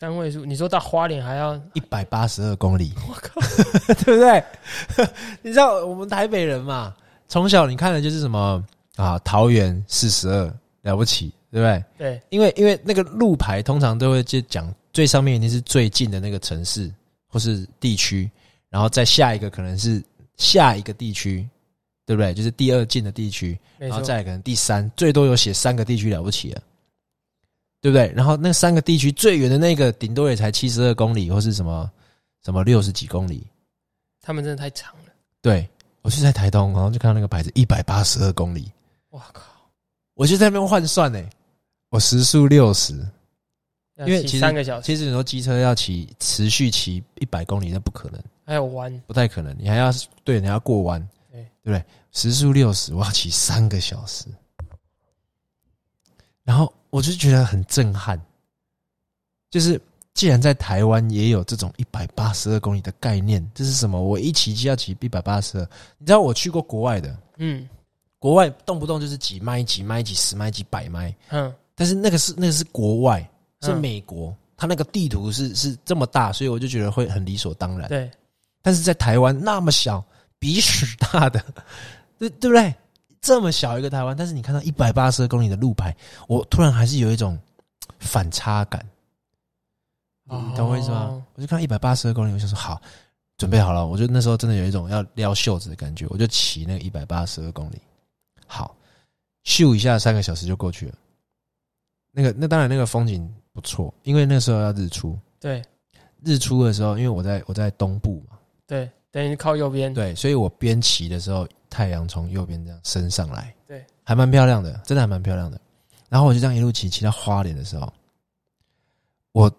Speaker 2: 三位数。你说到花莲还要
Speaker 1: 一百八十二公里，
Speaker 2: 我靠，
Speaker 1: <laughs> 对不对？ <laughs> 你知道我们台北人嘛，从小你看的就是什么啊，桃园四十二了不起，对不对？
Speaker 2: 对，
Speaker 1: 因为因为那个路牌通常都会就讲最上面一定是最近的那个城市或是地区，然后再下一个可能是下一个地区，对不对？就是第二近的地区，
Speaker 2: 没
Speaker 1: 然后
Speaker 2: 错，
Speaker 1: 再来可能第三，最多有写三个地区了不起了，对不对？然后那三个地区最远的那个顶多也才七十二公里或是什么什么六十几公里，
Speaker 2: 他们真的太长了，
Speaker 1: 对我是在台东，然后就看到那个牌子一百八十二公里，
Speaker 2: 哇靠！
Speaker 1: 我就在那边换算呢、我时速六十，
Speaker 2: 要
Speaker 1: 因为
Speaker 2: 骑
Speaker 1: 其实
Speaker 2: 三个小时
Speaker 1: 其实你说机车要骑持续骑一百公里，那不可能，
Speaker 2: 还有弯，
Speaker 1: 不太可能，你还要对，你还要过弯，
Speaker 2: 对
Speaker 1: 对不对？时速六十，我要骑三个小时，然后我就觉得很震撼，就是既然在台湾也有这种一百八十二公里的概念，这是什么？我一骑就要骑一百八十二，你知道我去过国外的，
Speaker 2: 嗯
Speaker 1: 国外动不动就是几迈、几迈、几十迈、几百迈，
Speaker 2: 嗯，
Speaker 1: 但是那个是那个是国外，是
Speaker 2: 嗯
Speaker 1: 美国，它那个地图是是这么大，所以我就觉得会很理所当然。
Speaker 2: 对，
Speaker 1: 但是在台湾那么小，鼻屎大的， <laughs> 对对不对？这么小一个台湾，但是你看到一百八十公里的路牌，我突然还是有一种嘖反差感，你你懂我意思吗？
Speaker 2: 哦
Speaker 1: 我就看一百八十公里，我就说好，准备好了。我就那时候真的有一种要撩袖子的感觉，我就骑那一百八十公里，好，咻一下三个小时就过去了。那个那当然那个风景不错，因为那时候要日出，
Speaker 2: 对
Speaker 1: 日出的时候，因为我在我在东部嘛，
Speaker 2: 对，等于靠右边，
Speaker 1: 对，所以我边骑的时候，太阳从右边这样升上来，
Speaker 2: 对，
Speaker 1: 还蛮漂亮的，真的还蛮漂亮的。然后我就这样一路骑，骑到花莲的时候，我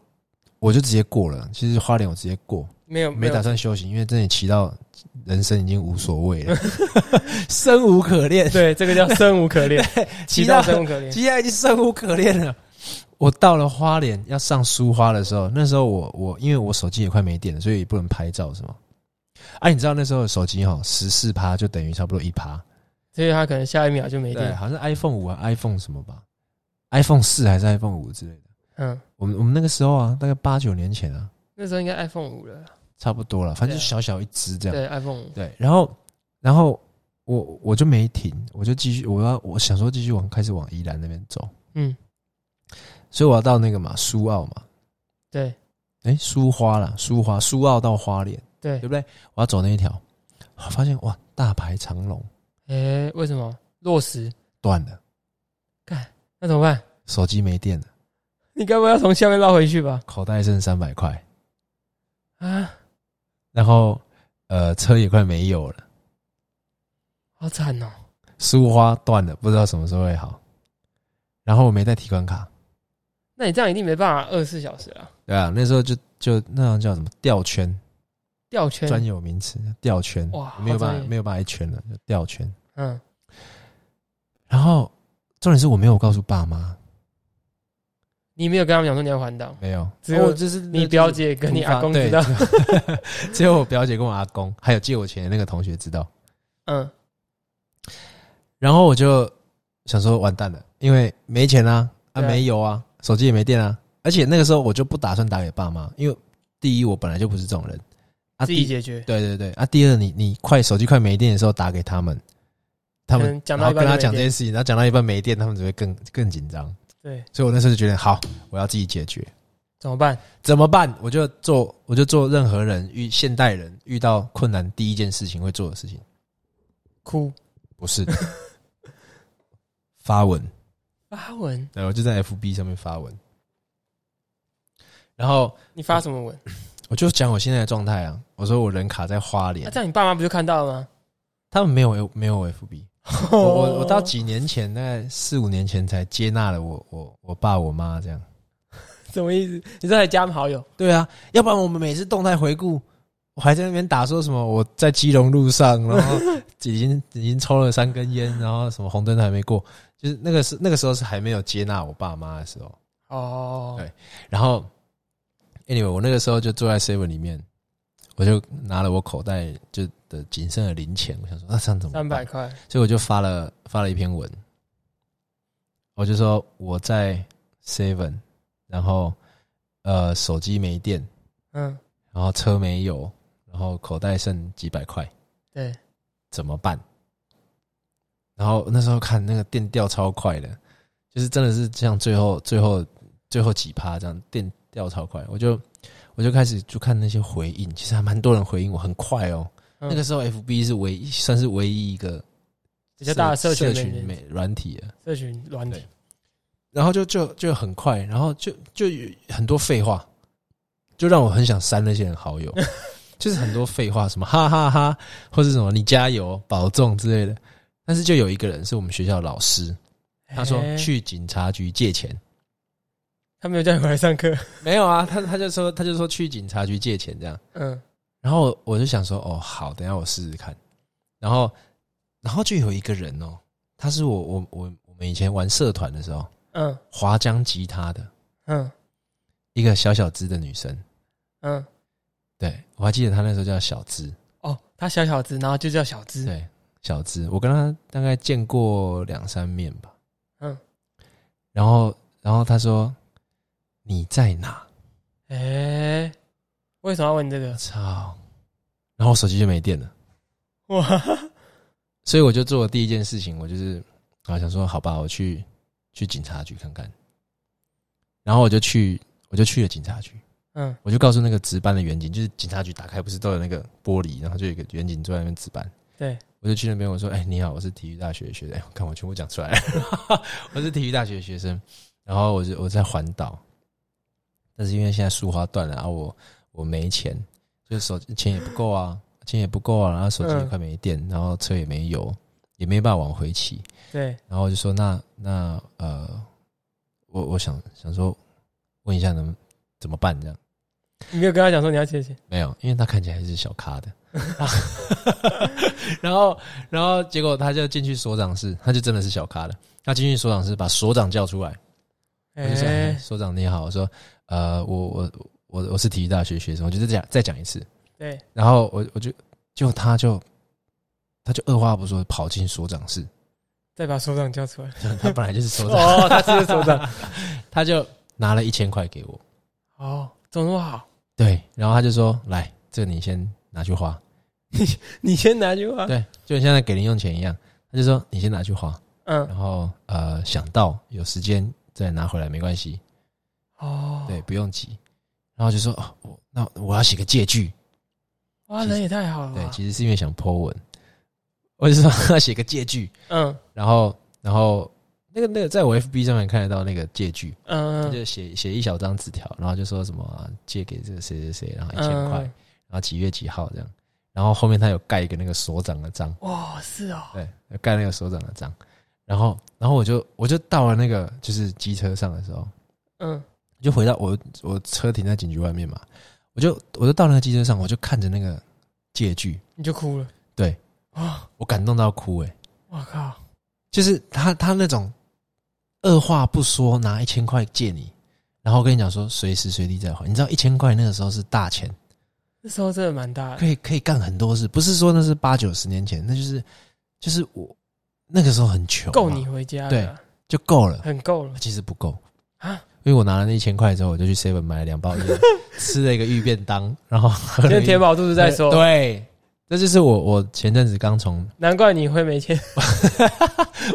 Speaker 1: 我就直接过了。其实花莲我直接过，
Speaker 2: 没有
Speaker 1: 没
Speaker 2: 有
Speaker 1: 打算休息，因为真的骑到人生已经无所谓了， <laughs> 生无可恋，
Speaker 2: <laughs> 对，这个叫生无
Speaker 1: <laughs>
Speaker 2: 可恋，骑
Speaker 1: 骑
Speaker 2: 到
Speaker 1: 到
Speaker 2: 生无可恋。
Speaker 1: 接下来已经生无可啊恋了。我到了花莲要上苏花的时候，那时候我我因为我手机也快没电了，所以也不能拍照什么。哎、你知道那时候的手机哈，十四趴就等于差不多一趴，
Speaker 2: 所以他可能下一秒就没
Speaker 1: 对，
Speaker 2: 电。
Speaker 1: 好像 iPhone 五啊，iPhone 什么吧，iPhone 四还是 iPhone 五之类的。
Speaker 2: 嗯，
Speaker 1: 我们我们那个时候啊，大概八九年前啊，
Speaker 2: 那时候应该 iPhone 五了，
Speaker 1: 差不多了，反正就
Speaker 2: 对啊
Speaker 1: 小小一只这样。
Speaker 2: 对 iPhone 五，
Speaker 1: 对，然后然后我我就没停，我就继续，我要我想说继续往开始往宜兰那边走，
Speaker 2: 嗯，
Speaker 1: 所以我要到那个嘛苏澳嘛，
Speaker 2: 对
Speaker 1: 诶，苏花啦，苏花苏澳到花莲，
Speaker 2: 对
Speaker 1: 对。不对？我要走那一条，我发现哇，大排长龙
Speaker 2: 诶，为什么落实？
Speaker 1: 断了，
Speaker 2: 那怎么办？
Speaker 1: 手机没电了，
Speaker 2: 你该不会要从下面绕回去吧？
Speaker 1: 口袋剩三百块，
Speaker 2: 啊，
Speaker 1: 然后呃车也快没有了。
Speaker 2: 好惨哦！
Speaker 1: 苏花断了，不知道什么时候会好。然后我没带提款卡，
Speaker 2: 那你这样一定没办法二十四小时啊，
Speaker 1: 对啊，那时候就就那种叫什么吊圈，
Speaker 2: 吊圈。
Speaker 1: 专有名词吊圈，
Speaker 2: 哇
Speaker 1: 没有
Speaker 2: 好
Speaker 1: 办
Speaker 2: 专
Speaker 1: 法
Speaker 2: 业
Speaker 1: 没有办法一圈了，就吊圈。
Speaker 2: 嗯，
Speaker 1: 然后重点是我没有告诉爸妈，
Speaker 2: 你没有跟他们讲说你要环岛，
Speaker 1: 没有，
Speaker 2: 只有
Speaker 1: 哦就是
Speaker 2: 你表姐跟你阿公知道。，
Speaker 1: 对 <laughs> 只有我表姐跟我阿公，还有借我钱的那个同学知道。
Speaker 2: 嗯，
Speaker 1: 然后我就想说完蛋了，因为没钱啊，啊
Speaker 2: 对啊
Speaker 1: 没油啊，手机也没电啊，而且那个时候我就不打算打给爸妈，因为第一我本来就不是这种人，啊
Speaker 2: 自己
Speaker 1: 第
Speaker 2: 解决。
Speaker 1: 对对对啊第二你你快手机快没电的时候打给他们，他
Speaker 2: 可
Speaker 1: 们
Speaker 2: 能讲
Speaker 1: 然
Speaker 2: 到
Speaker 1: 后
Speaker 2: 一
Speaker 1: 跟
Speaker 2: 半就
Speaker 1: 他
Speaker 2: 没
Speaker 1: 讲这
Speaker 2: 电
Speaker 1: 件事情，然后讲到一半没电，他们只会更更紧张，
Speaker 2: 对，
Speaker 1: 所以我那时候就觉得好，我要自己解决。
Speaker 2: 怎么办？
Speaker 1: 怎么办？我就做，我就做任何人遇现代人遇到困难第一件事情会做的事情，
Speaker 2: 哭
Speaker 1: 不是 <laughs> 发文。
Speaker 2: 发文？
Speaker 1: 对，我就在 FB 上面发文，然后
Speaker 2: 你发什么文？
Speaker 1: 嗯我就讲我现在的状态啊，我说我人卡在花
Speaker 2: 那、
Speaker 1: 莲，
Speaker 2: 啊这样你爸妈不就看到了吗？哦
Speaker 1: 他们没有没有 FB，我我我到几年前，大概四五年前才接纳了我我我爸我妈这样。
Speaker 2: 什么意思？你这还加好友？
Speaker 1: 对啊，要不然我们每次动态回顾，我还在那边打说什么我在基隆路上，然后已经已经抽了三根烟，然后什么红灯还没过，就是那个是那个时候是还没有接纳我爸妈的时候。
Speaker 2: 哦，
Speaker 1: <laughs> 对然后，anyway，我那个时候就坐在 seven 里面，我就拿了我口袋就的仅剩的零钱，我想说啊那、这样怎么办
Speaker 2: 三百块，
Speaker 1: 所以我就发了发了一篇文，我就说我在 seven，然后呃手机没电，
Speaker 2: 嗯，
Speaker 1: 然后车没油，然后口袋剩几百块，
Speaker 2: 对，
Speaker 1: 怎么办？然后那时候看那个电掉超快的，就是真的是像最后最后最后几趴这样电掉超快，我就我就开始就看那些回应，其实还蛮多人回应我，很快哦。
Speaker 2: 嗯
Speaker 1: 那个时候 FB 是唯一算是唯一一个
Speaker 2: 比较大的社群
Speaker 1: 社
Speaker 2: 媒
Speaker 1: 群
Speaker 2: 体
Speaker 1: 媒软体了，
Speaker 2: 社群软体
Speaker 1: 对，然后就就就很快，然后就就有很多废话，就让我很想删那些人好 <laughs> 友，就是很多废话，什么哈哈哈或是什么你加油、保重之类的。但是就有一个人是我们学校的老师，他说
Speaker 2: 哎
Speaker 1: 去警察局借钱，
Speaker 2: 他没有叫你回
Speaker 1: <laughs>
Speaker 2: 来上课，
Speaker 1: 没有啊，他他就说他就说去警察局借钱这样。
Speaker 2: 嗯，
Speaker 1: 然后我就想说，哦，好，等一下我试试看。然后，然后就有一个人哦，他是我我我我们以前玩社团的时候，
Speaker 2: 嗯
Speaker 1: 华江吉他的
Speaker 2: 嗯
Speaker 1: 一个小小只的女生，
Speaker 2: 嗯，
Speaker 1: 对我还记得她那时候叫小芝，
Speaker 2: 哦，他小小只，然后就叫小只，
Speaker 1: 对，小芝，我跟她大概见过两三面吧，
Speaker 2: 嗯，
Speaker 1: 然后然后她说你在哪？
Speaker 2: 哎、为什么要问这个？
Speaker 1: 操！然后我手机就没电了，
Speaker 2: 哇，
Speaker 1: 所以我就做的第一件事情，我就是啊想说，好吧，我去去警察局看看。然后我就去，我就去了警察局，
Speaker 2: 嗯
Speaker 1: 我就告诉那个值班的远警，就是警察局打开不是都有那个玻璃，然后就有一个远警坐在那边值班。
Speaker 2: 对，
Speaker 1: 我就去那边，我说：“哎、你好，我是体育大学的学生。哎，我看我全部讲出来了， <laughs> 我是体育大学的学生。然后我就我在环岛，但是因为现在树花断了，然、后啊我我没钱，就手钱也不够啊，钱也不够啊，然后手机也
Speaker 2: 嗯
Speaker 1: 快没电，然后车也没油，也没办法往回骑。
Speaker 2: 对，
Speaker 1: 然后我就说那那呃，我我想想说问一下能怎么办这样。
Speaker 2: 你没有跟他讲说你要借钱，
Speaker 1: 没有，因为他看起来还是小咖的。 <laughs> 然后，然后结果他就进去所长室，他就真的是小咖的。他进去所长室，把所长叫出来，我
Speaker 2: 哎、
Speaker 1: 就说：“哎所长你好。”我说：“呃，我我我我是体育大学学生，我就再讲再讲一次。
Speaker 2: 对，”
Speaker 1: 然后我我就就他就他就二话不说跑进所长室， <laughs>
Speaker 2: 再把手掌叫出来，
Speaker 1: 他本来就是所长，
Speaker 2: 哦，他是手掌，
Speaker 1: <laughs> 他就拿了一千块给我，
Speaker 2: 哦，怎么那么好？
Speaker 1: 对，然后他就说：“来，这个你先拿去花，
Speaker 2: 你先拿去 <laughs> 花，
Speaker 1: 对，就像在给零用钱一样。”他就说：“你先拿去花。”
Speaker 2: 嗯，
Speaker 1: 然后呃想到有时间再拿回来没关系，
Speaker 2: 哦，
Speaker 1: 对，，不用急。然后就说哦，我那我要写个借据，
Speaker 2: 哇，人也太好了
Speaker 1: 对，
Speaker 2: 吧，
Speaker 1: 其实是因为想 po 文，我就说要写个借据，
Speaker 2: 嗯
Speaker 1: 然后然后那个那个在我 FB 上面看得到那个借据，
Speaker 2: 嗯，
Speaker 1: 就写写一小张纸条，然后就说什么、啊借给这个谁谁谁，然后一千块，然
Speaker 2: 嗯
Speaker 1: 后几月几号这样，然后后面他有盖一个那个所长的章，
Speaker 2: 哇，是哦，
Speaker 1: 对，盖那个所长的章，然后然后我就我就到了那个就是机车上的时候，
Speaker 2: 嗯
Speaker 1: 就回到我我车停在警局外面嘛，我就我就到那个机车上，我就看着那个借据，
Speaker 2: 你就哭了，
Speaker 1: 对
Speaker 2: 啊，
Speaker 1: 我感动到哭诶、欸
Speaker 2: 我靠，
Speaker 1: 就是他他那种二话不说拿一千块借你，然后跟你讲说随时随地再还，你知道一千块那个时候是大钱，
Speaker 2: 那时候真的蛮大的
Speaker 1: 可，以可以干很多事，不是说那是八九十年前，那就是就是我那个时候很穷嘛，
Speaker 2: 够你回家了，
Speaker 1: 就够了，
Speaker 2: 很够了
Speaker 1: 其实不够。
Speaker 2: 啊，
Speaker 1: 因为我拿了那一千块之后，我就去 Seven 买了两
Speaker 2: <laughs>
Speaker 1: 包烟，吃了一个玉便当，然后喝了
Speaker 2: 先
Speaker 1: 一
Speaker 2: 填饱肚子再说，
Speaker 1: 对，这就是我我前阵子刚从
Speaker 2: 难怪你会没钱，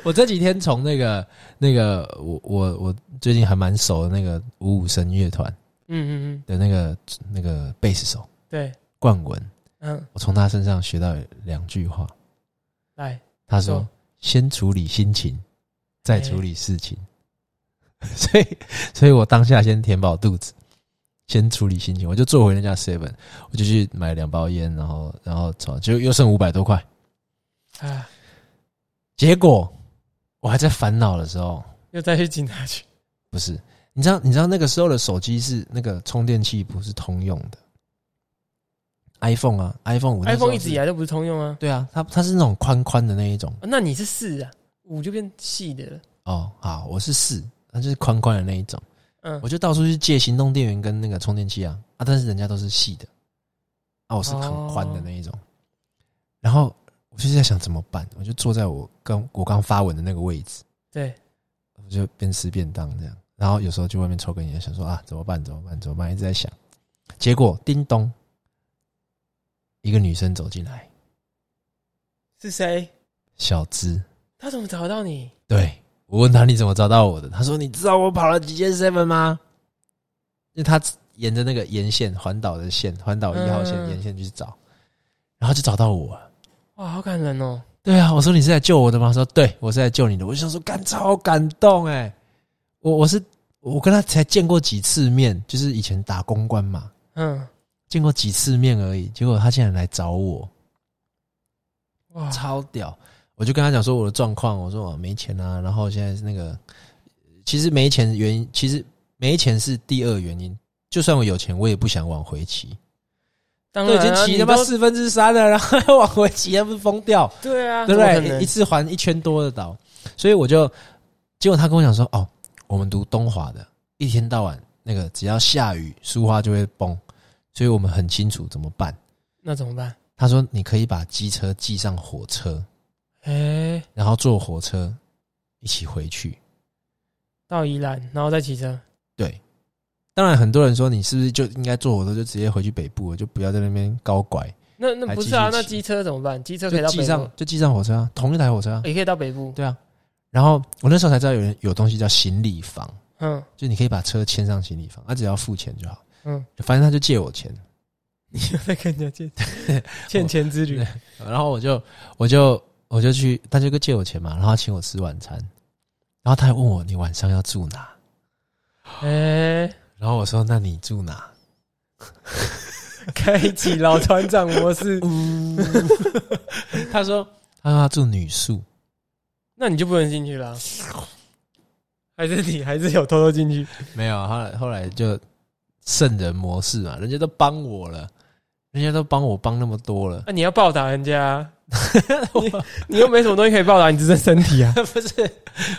Speaker 1: 我这几天从那个那个我我我最近还蛮熟的那个五五声乐团
Speaker 2: <laughs> 嗯嗯嗯，
Speaker 1: 的那个那个贝斯手
Speaker 2: 对，
Speaker 1: 冠文，
Speaker 2: 嗯，
Speaker 1: 我从他身上学到两句话，
Speaker 2: 来，
Speaker 1: 他说
Speaker 2: 说：“哎
Speaker 1: 先处理心情，再处理事情。 <laughs> 所以，所以我当下先填饱肚子，先处理心情，我就坐回那家 seven，我就去买两包烟，然后然后走，就又剩五百多块。
Speaker 2: 啊，
Speaker 1: 结果我还在烦恼的时候，
Speaker 2: 又再去警察局，
Speaker 1: 不是，你知道，你知道那个时候的手机是那个充电器不是通用的，iPhone 啊，iPhone 五
Speaker 2: iPhone 一直以
Speaker 1: 来
Speaker 2: 来都不是通用啊，
Speaker 1: 对啊，它它是那种宽宽的那一种
Speaker 2: 啊那你是四啊，五就变细的了，
Speaker 1: 哦，好，我是四，它就是宽宽的那一种，
Speaker 2: 嗯
Speaker 1: 我，就到处去借行动电源跟那个充电器啊啊，但是人家都是细的，啊，我是很宽的那一种，然后我就是在想怎么办，我就坐在我刚我刚发文的那个位置，
Speaker 2: 对，
Speaker 1: 我就边吃便当这样，然后有时候去外面抽根烟，想说啊怎么办怎么办怎么办，一直在想。结果叮咚，一个女生走进来，
Speaker 2: 是谁？
Speaker 1: 小资，
Speaker 2: 他怎么找到你？
Speaker 1: 对我问她你怎么找到我的，她说你知道我跑了几间 seven 吗？因为她沿着那个沿线环岛的线，环岛一号线
Speaker 2: 嗯
Speaker 1: 沿线去找，然后就找到我了。
Speaker 2: 哇，好感人哦！
Speaker 1: 对啊，我说你是来救我的吗？她说对，我是来救你的。我就想说，干超感动哎、我我是我跟她才见过几次面，就是以前打公关嘛，
Speaker 2: 嗯，
Speaker 1: 见过几次面而已，结果他竟然来找我，
Speaker 2: 哇，
Speaker 1: 超屌！我就跟他讲说我的状况，我说我没钱啊，然后现在是那个，其实没钱原因，其实没钱是第二原因。就算我有钱，我也不想往回骑，
Speaker 2: 当
Speaker 1: 都已
Speaker 2: 然
Speaker 1: 经
Speaker 2: 啊
Speaker 1: 骑
Speaker 2: 你
Speaker 1: 他妈
Speaker 2: 都
Speaker 1: 四分之三了，然后还往回骑，还不是疯掉？
Speaker 2: 对啊，
Speaker 1: 对不
Speaker 2: 怎么可
Speaker 1: 对？
Speaker 2: 能
Speaker 1: 一次还一圈多的岛，所以我就，结果他跟我讲说，哦，我们读东华的，一天到晚那个只要下雨，树花就会崩，所以我们很清楚怎么办。
Speaker 2: 那怎么办？
Speaker 1: 他说，你可以把机车寄上火车，
Speaker 2: 哎，
Speaker 1: 然后坐火车一起回去。
Speaker 2: 到宜兰，然后再骑车，
Speaker 1: 对，当然很多人说你是不是就应该坐火车就直接回去北部了，就不要在那边高拐，
Speaker 2: 那那不是啊
Speaker 1: 还？继续
Speaker 2: 那
Speaker 1: 骑
Speaker 2: 机车怎么办？机车可以
Speaker 1: 就
Speaker 2: 到
Speaker 1: 寄
Speaker 2: 北
Speaker 1: 上
Speaker 2: 部，
Speaker 1: 就寄上火车啊，同一台火车啊。
Speaker 2: 也可以到北部。
Speaker 1: 对啊，然后我那时候才知道有人有东西叫行李房。
Speaker 2: <laughs> 嗯，
Speaker 1: 就你可以把车牵上行李房，啊他、只要付钱就好。
Speaker 2: 嗯，
Speaker 1: 反正他就借我钱，
Speaker 2: 你又在跟人家 <laughs> 借欠钱之旅 <laughs>
Speaker 1: 对，然后我就我就我就去，他就借我钱嘛，然后请我吃晚餐，然后他还问我你晚上要住哪，
Speaker 2: 哎，
Speaker 1: 然后我说那你住哪？
Speaker 2: 开启老船长模 <laughs> 式，
Speaker 1: 他说他说他住女宿，
Speaker 2: 那你就不能进去了啊。还是你还是有偷偷 <laughs> 进去？
Speaker 1: 没有，后来后来就圣人模式嘛，人家都帮我了，人家都帮我帮那么多了， <laughs>
Speaker 2: 那啊你要报答人家 <laughs> 啊，你又没什么东西可以报答，你只剩身体啊。
Speaker 1: 不是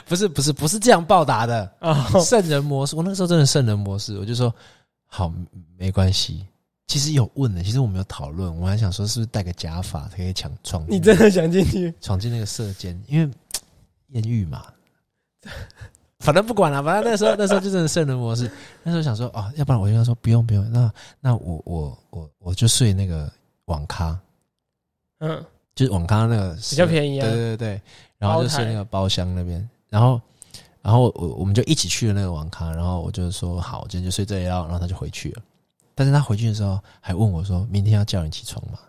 Speaker 1: 不是不是不是这样报答的，
Speaker 2: <laughs> 啊，
Speaker 1: 圣人模式，我那个时候真的圣人模式，我就说好没关系。其实有问的，其实我们有讨论，我还想说是不是戴个假发才可以抢闯
Speaker 2: 你真的想进去？
Speaker 1: 闯进那个射间，因为艳遇嘛。反正不管了、反正那时候那时候就真的圣人模式。那时候想说啊，要不然我就跟他说不用不用，那那我我我我就睡那个网咖，
Speaker 2: 嗯，
Speaker 1: 就是网咖那个比
Speaker 2: 比较便宜啊
Speaker 1: 对对对，然后就
Speaker 2: 包台
Speaker 1: 是那个包厢那边，然后然后我我们就一起去了那个网咖，然后我就说好，我今天就睡这里了，然后他就回去了。但是他回去的时候还问我说：“明天要叫你起床吗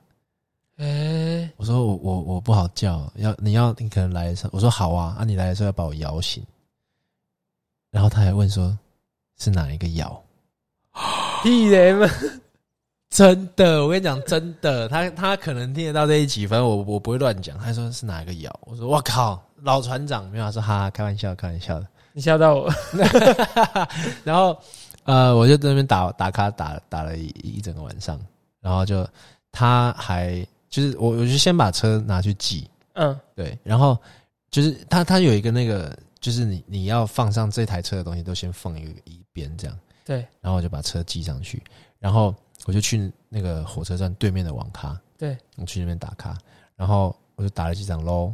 Speaker 2: 哎，？”
Speaker 1: 我说我：“我我不好叫，要你要你可能来的时候，我说好啊，啊你来的时候要把我摇醒。”然后他还问说：“是哪一个摇
Speaker 2: 屁人嘛，？”
Speaker 1: 真的，我跟你讲，真的，他他可能听得到这一集，反正我我不会乱讲。他说是哪一个摇？我说我靠，老船长没有，他说哈哈，开玩笑，开玩笑的。 <laughs>
Speaker 2: 你吓到我。
Speaker 1: 然后呃，我就在那边打打卡打打了一一整个晚上，然后就他还就是我我就先把车拿去寄，
Speaker 2: 嗯，
Speaker 1: 对，然后就是他他有一个那个就是你你要放上这台车的东西都先放一个一边这样，
Speaker 2: 对，
Speaker 1: 然后我就把车寄上去，然后我就去那个火车站对面的网咖，
Speaker 2: 对，
Speaker 1: 我去那边打卡，然后我就打了几场喽，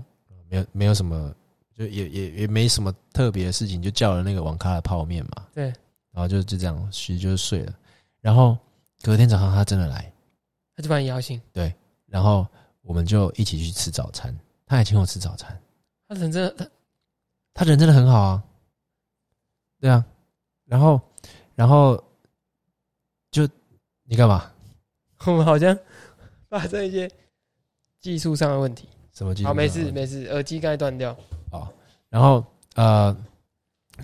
Speaker 1: 没有没有什么，就也也也没什么特别的事情，就叫了那个网咖的泡面嘛，
Speaker 2: 对，
Speaker 1: 然后就就这样，其实就是睡了，然后隔天早上他真的来，
Speaker 2: 他就把你摇醒。
Speaker 1: 然后我们就一起去吃早餐，他还请我吃早餐，
Speaker 2: 他人真的，他
Speaker 1: <laughs> 他人真的很好啊，对啊，然后然后就你干嘛？
Speaker 2: 我们好像 <laughs> 发生一些技术上的问题。
Speaker 1: 什么技术
Speaker 2: 好，
Speaker 1: 上的
Speaker 2: 没
Speaker 1: 问题？
Speaker 2: 事没事，耳机刚才断掉。
Speaker 1: 哦，然后呃，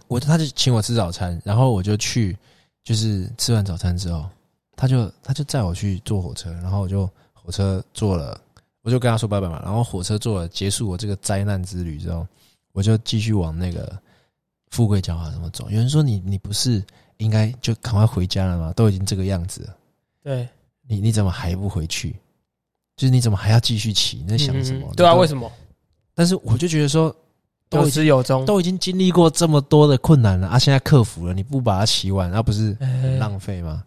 Speaker 1: 我他就请我吃早餐，然后我就去，就是吃完早餐之后，他就他就载我去坐火车，然后我就火车坐了，我就跟他说拜拜嘛，然后火车坐了，结束我这个灾难之旅之后，我就继续往那个富贵角啊什么走。有人说你你不是应该就赶快回家了吗？都已经这个样子了，
Speaker 2: 对，
Speaker 1: 你你怎么还不回去？就是你怎么还要继续骑？你在想什么？
Speaker 2: 对啊，为
Speaker 1: 么？
Speaker 2: 什么？
Speaker 1: 但是我就觉得说，都
Speaker 2: 有
Speaker 1: 已经。
Speaker 2: 始有终。
Speaker 1: 都已经经历过这么多的困难了啊，现在克服了，你不把它骑完，那、不是很
Speaker 2: 哎
Speaker 1: 浪费吗？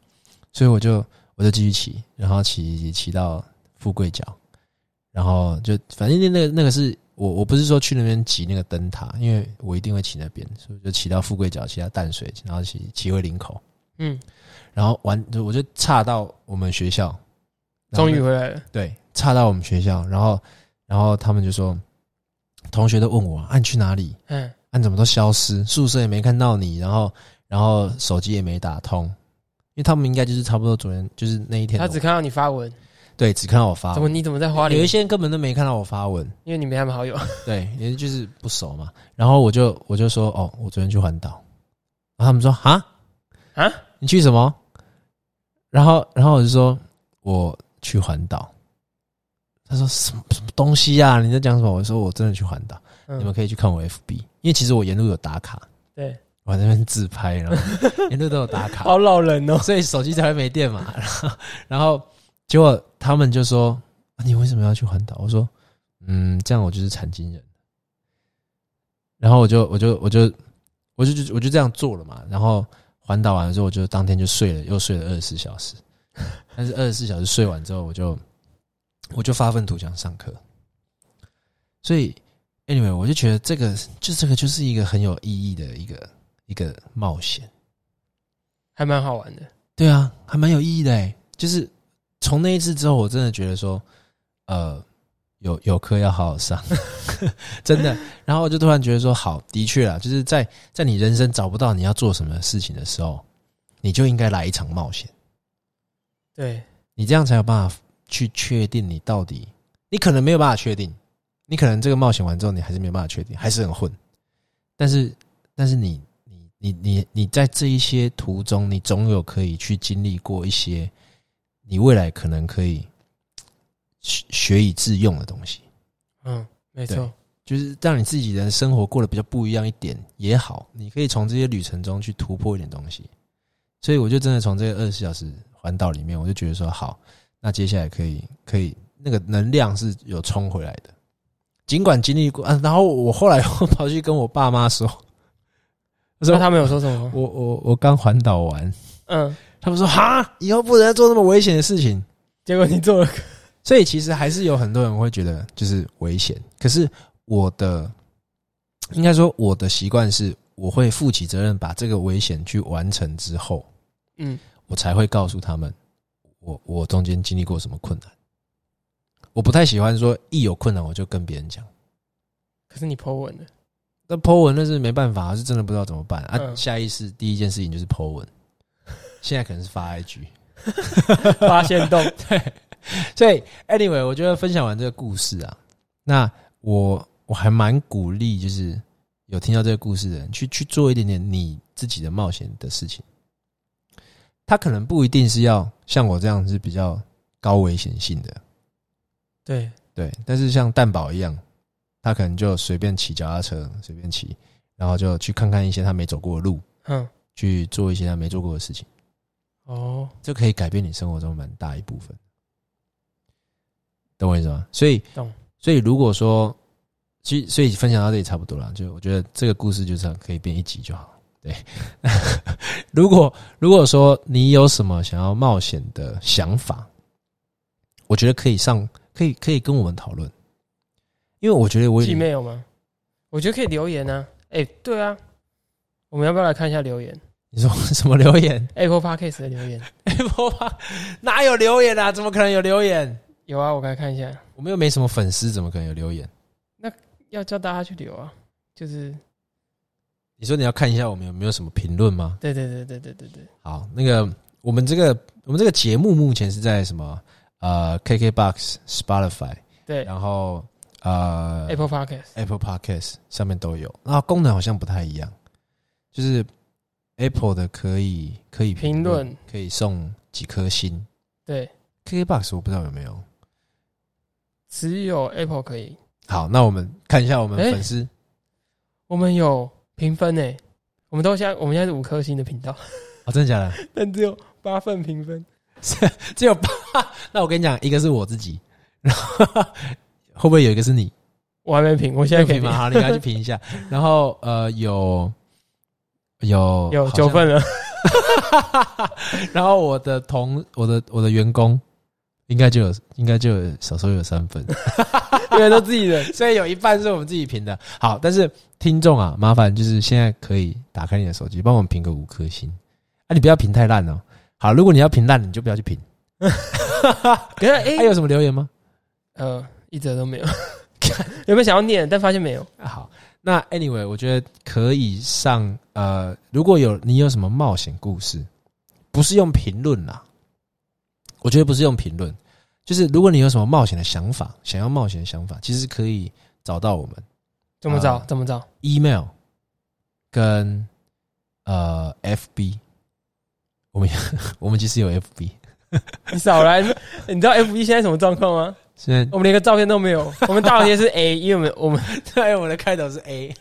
Speaker 1: 所以我就我就继续骑，然后骑骑到富贵角，然后就反正那那个那个是我我不是说去那边骑那个灯塔，因为我一定会骑那边，所以我就骑到富贵角，骑到淡水，然后骑骑回林口，
Speaker 2: 嗯，
Speaker 1: 然后完就我就岔到我们学校，然后
Speaker 2: 终
Speaker 1: 呢
Speaker 2: 于回来了。
Speaker 1: 对，差到我们学校，然后然后他们就说，同学都问我，啊你去哪里？
Speaker 2: 嗯，
Speaker 1: 啊，你怎么都消失，宿舍也没看到你，然后然后手机也没打通，因为他们应该就是差不多昨天就是那一天的
Speaker 2: 他
Speaker 1: 我，
Speaker 2: 只看到你发文，
Speaker 1: 对只看到我发
Speaker 2: 怎么
Speaker 1: 文，
Speaker 2: 你怎么在花
Speaker 1: 有
Speaker 2: 莲
Speaker 1: 一？些人根本都没看到我发文，
Speaker 2: 因为你没他们好友。
Speaker 1: 对，也就是不熟嘛。然后我就我就说哦，我昨天去环岛，然后他们说啊
Speaker 2: 啊，
Speaker 1: 你去什么？然后然后我就说我去环岛，他说什么什么东西啊？你在讲什么？我说我真的去环岛，
Speaker 2: 嗯
Speaker 1: 你们可以去看我 FB，因为其实我沿路有打卡，
Speaker 2: 对，
Speaker 1: 我还在那边自拍，然后 <laughs> 沿路都有打卡，
Speaker 2: 好老人哦，
Speaker 1: <laughs> 所以手机才会没电嘛。 <laughs> 然后然后结果他们就说、啊你为什么要去环岛？我说嗯，这样我就是残疾人。然后我就我就我就我就就我就这样做了嘛。然后环岛完了之后，我就当天就睡了，又睡了二十四小时。但是二十四小时睡完之后，我就我就发愤图强上课。所以，anyway，我就觉得这个就这个就是一个很有意义的一个一个冒险。
Speaker 2: 还蛮好玩的。
Speaker 1: 对啊，还蛮有意义的哎。就是从那一次之后，我真的觉得说，呃，有有课要好好上， <laughs> 真的。然后我就突然觉得说，好，的确啊，就是在在你人生找不到你要做什么事情的时候，你就应该来一场冒险。
Speaker 2: 对，
Speaker 1: 你这样才有办法去确定你到底，你可能没有办法确定，你可能这个冒险完之后，你还是没有办法确定，还是很混。但是，但是你你你你你在这一些途中，你总有可以去经历过一些你未来可能可以学学以致用的东西，
Speaker 2: 嗯，没错，
Speaker 1: 就是让你自己的生活过得比较不一样一点也好，你可以从这些旅程中去突破一点东西。所以我就真的从这个二十四小时环岛里面，我就觉得说好，那接下来可以可以那个能量是有冲回来的。尽管经历过啊，然后我后来又跑去跟我爸妈说，我
Speaker 2: 那
Speaker 1: 说
Speaker 2: 他们有说什么吗？
Speaker 1: 我我我刚环岛完，
Speaker 2: 嗯，
Speaker 1: 他们说哈，以后不能再做那么危险的事情。
Speaker 2: 结果你做了，
Speaker 1: 所以其实还是有很多人会觉得就是危险。可是我的，应该说我的习惯是，我会负起责任，把这个危险去完成之后，
Speaker 2: 嗯，
Speaker 1: 我才会告诉他们我我中间经历过什么困难。我不太喜欢说一有困难我就跟别人讲。
Speaker 2: 可是你 Po
Speaker 1: <laughs>
Speaker 2: 文了，
Speaker 1: 那 Po 文那是没办法，是真的不知道怎么办啊！
Speaker 2: 嗯
Speaker 1: 下意识第一件事情就是 Po 文，现在可能是发 IG。
Speaker 2: 发现洞，
Speaker 1: 所以，anyway，我觉得分享完这个故事啊，那我我还蛮鼓励，就是有听到这个故事的人，去去做一点点你自己的冒险的事情。他可能不一定是要像我这样是比较高危险性的，
Speaker 2: 对，
Speaker 1: 对，但是像蛋宝一样，他可能就随便骑脚踏车，随便骑，然后就去看看一些他没走过的路，
Speaker 2: 嗯，
Speaker 1: 去做一些他没做过的事情。
Speaker 2: 哦，
Speaker 1: 这可以改变你生活中蛮大一部分，懂我意思吗？所以，
Speaker 2: 懂。
Speaker 1: 所以如果说，其实所以分享到这里差不多了，就我觉得这个故事就这样可以变一集就好。对， <laughs> 如果如果说你有什么想要冒险的想法，我觉得可以上，可以可以跟我们讨论，因为我觉得我有
Speaker 2: 寄 m a i 吗？我觉得可以留言啊。哎、对啊，我们要不要来看一下留言
Speaker 1: 你说 <laughs> 什么留言？
Speaker 2: ？Apple Podcast 的留言
Speaker 1: 哎哪有留言啊？怎么可能有留言？
Speaker 2: 有啊，我来看一下。
Speaker 1: 我们又没什么粉丝，怎么可能有留言？
Speaker 2: 要叫大家去留啊，就是
Speaker 1: 你说你要看一下我们有没有什么评论吗？
Speaker 2: 对对对对对对对，
Speaker 1: 好，那个我们这个我们这个节目目前是在什么？呃，KKBox、Spotify，
Speaker 2: 对
Speaker 1: 然后呃
Speaker 2: Apple Podcast，
Speaker 1: Apple Podcast 上面都有。那功能好像不太一样，就是 Apple 的可以可以
Speaker 2: 评论，
Speaker 1: 可以送几颗星。
Speaker 2: 对，
Speaker 1: KKBox 我不知道有没有。
Speaker 2: 只有 Apple 可以。
Speaker 1: 好，那我们看一下我们
Speaker 2: 哎
Speaker 1: 粉丝、
Speaker 2: 我们有评分呢、我们都现在我们现在是五颗星的频道， <laughs>
Speaker 1: 哦，真的假的？
Speaker 2: 但只有八份评分。
Speaker 1: 只有八。那我跟你讲，一个是我自己，然后 <laughs> 会不会有一个是你？
Speaker 2: 我还没评，我现
Speaker 1: 要
Speaker 2: 在可以
Speaker 1: 评
Speaker 2: 评
Speaker 1: 吗？好，你赶快去评一
Speaker 2: <laughs>
Speaker 1: 下。然后呃，有有
Speaker 2: 有
Speaker 1: 好像
Speaker 2: 九份了，
Speaker 1: <laughs> 然后我的同我的我的员工应该就有应该就有少说有三
Speaker 2: <laughs>
Speaker 1: 分，
Speaker 2: 因为都自己人。
Speaker 1: 所以有一半是我们自己评的。好，但是听众啊，麻烦就是现在可以打开你的手机，帮我们评个五颗星啊，你不要评太烂哦。好，如果你要评烂，你就不要去评。
Speaker 2: 可是哎、
Speaker 1: 还、有什么留言吗？
Speaker 2: 呃，一则都没有。 <laughs> 有没有想要念？但发现没有。
Speaker 1: 好，那 anyway，我觉得可以上呃，如果有你有什么冒险故事，不是用评论啦，我觉得不是用评论，就是如果你有什么冒险的想法，想要冒险的想法，其实可以找到我们
Speaker 2: 怎么找？
Speaker 1: 啊
Speaker 2: 怎么找？
Speaker 1: email <laughs> 跟呃 FB，我们我们其实有 FB，
Speaker 2: 你少来！你知道 F 一现在什么状况吗？
Speaker 1: 现在
Speaker 2: 我们连个照片都没有，我们大头贴是 A，因为我们我们
Speaker 1: 对，我们的开头是 A。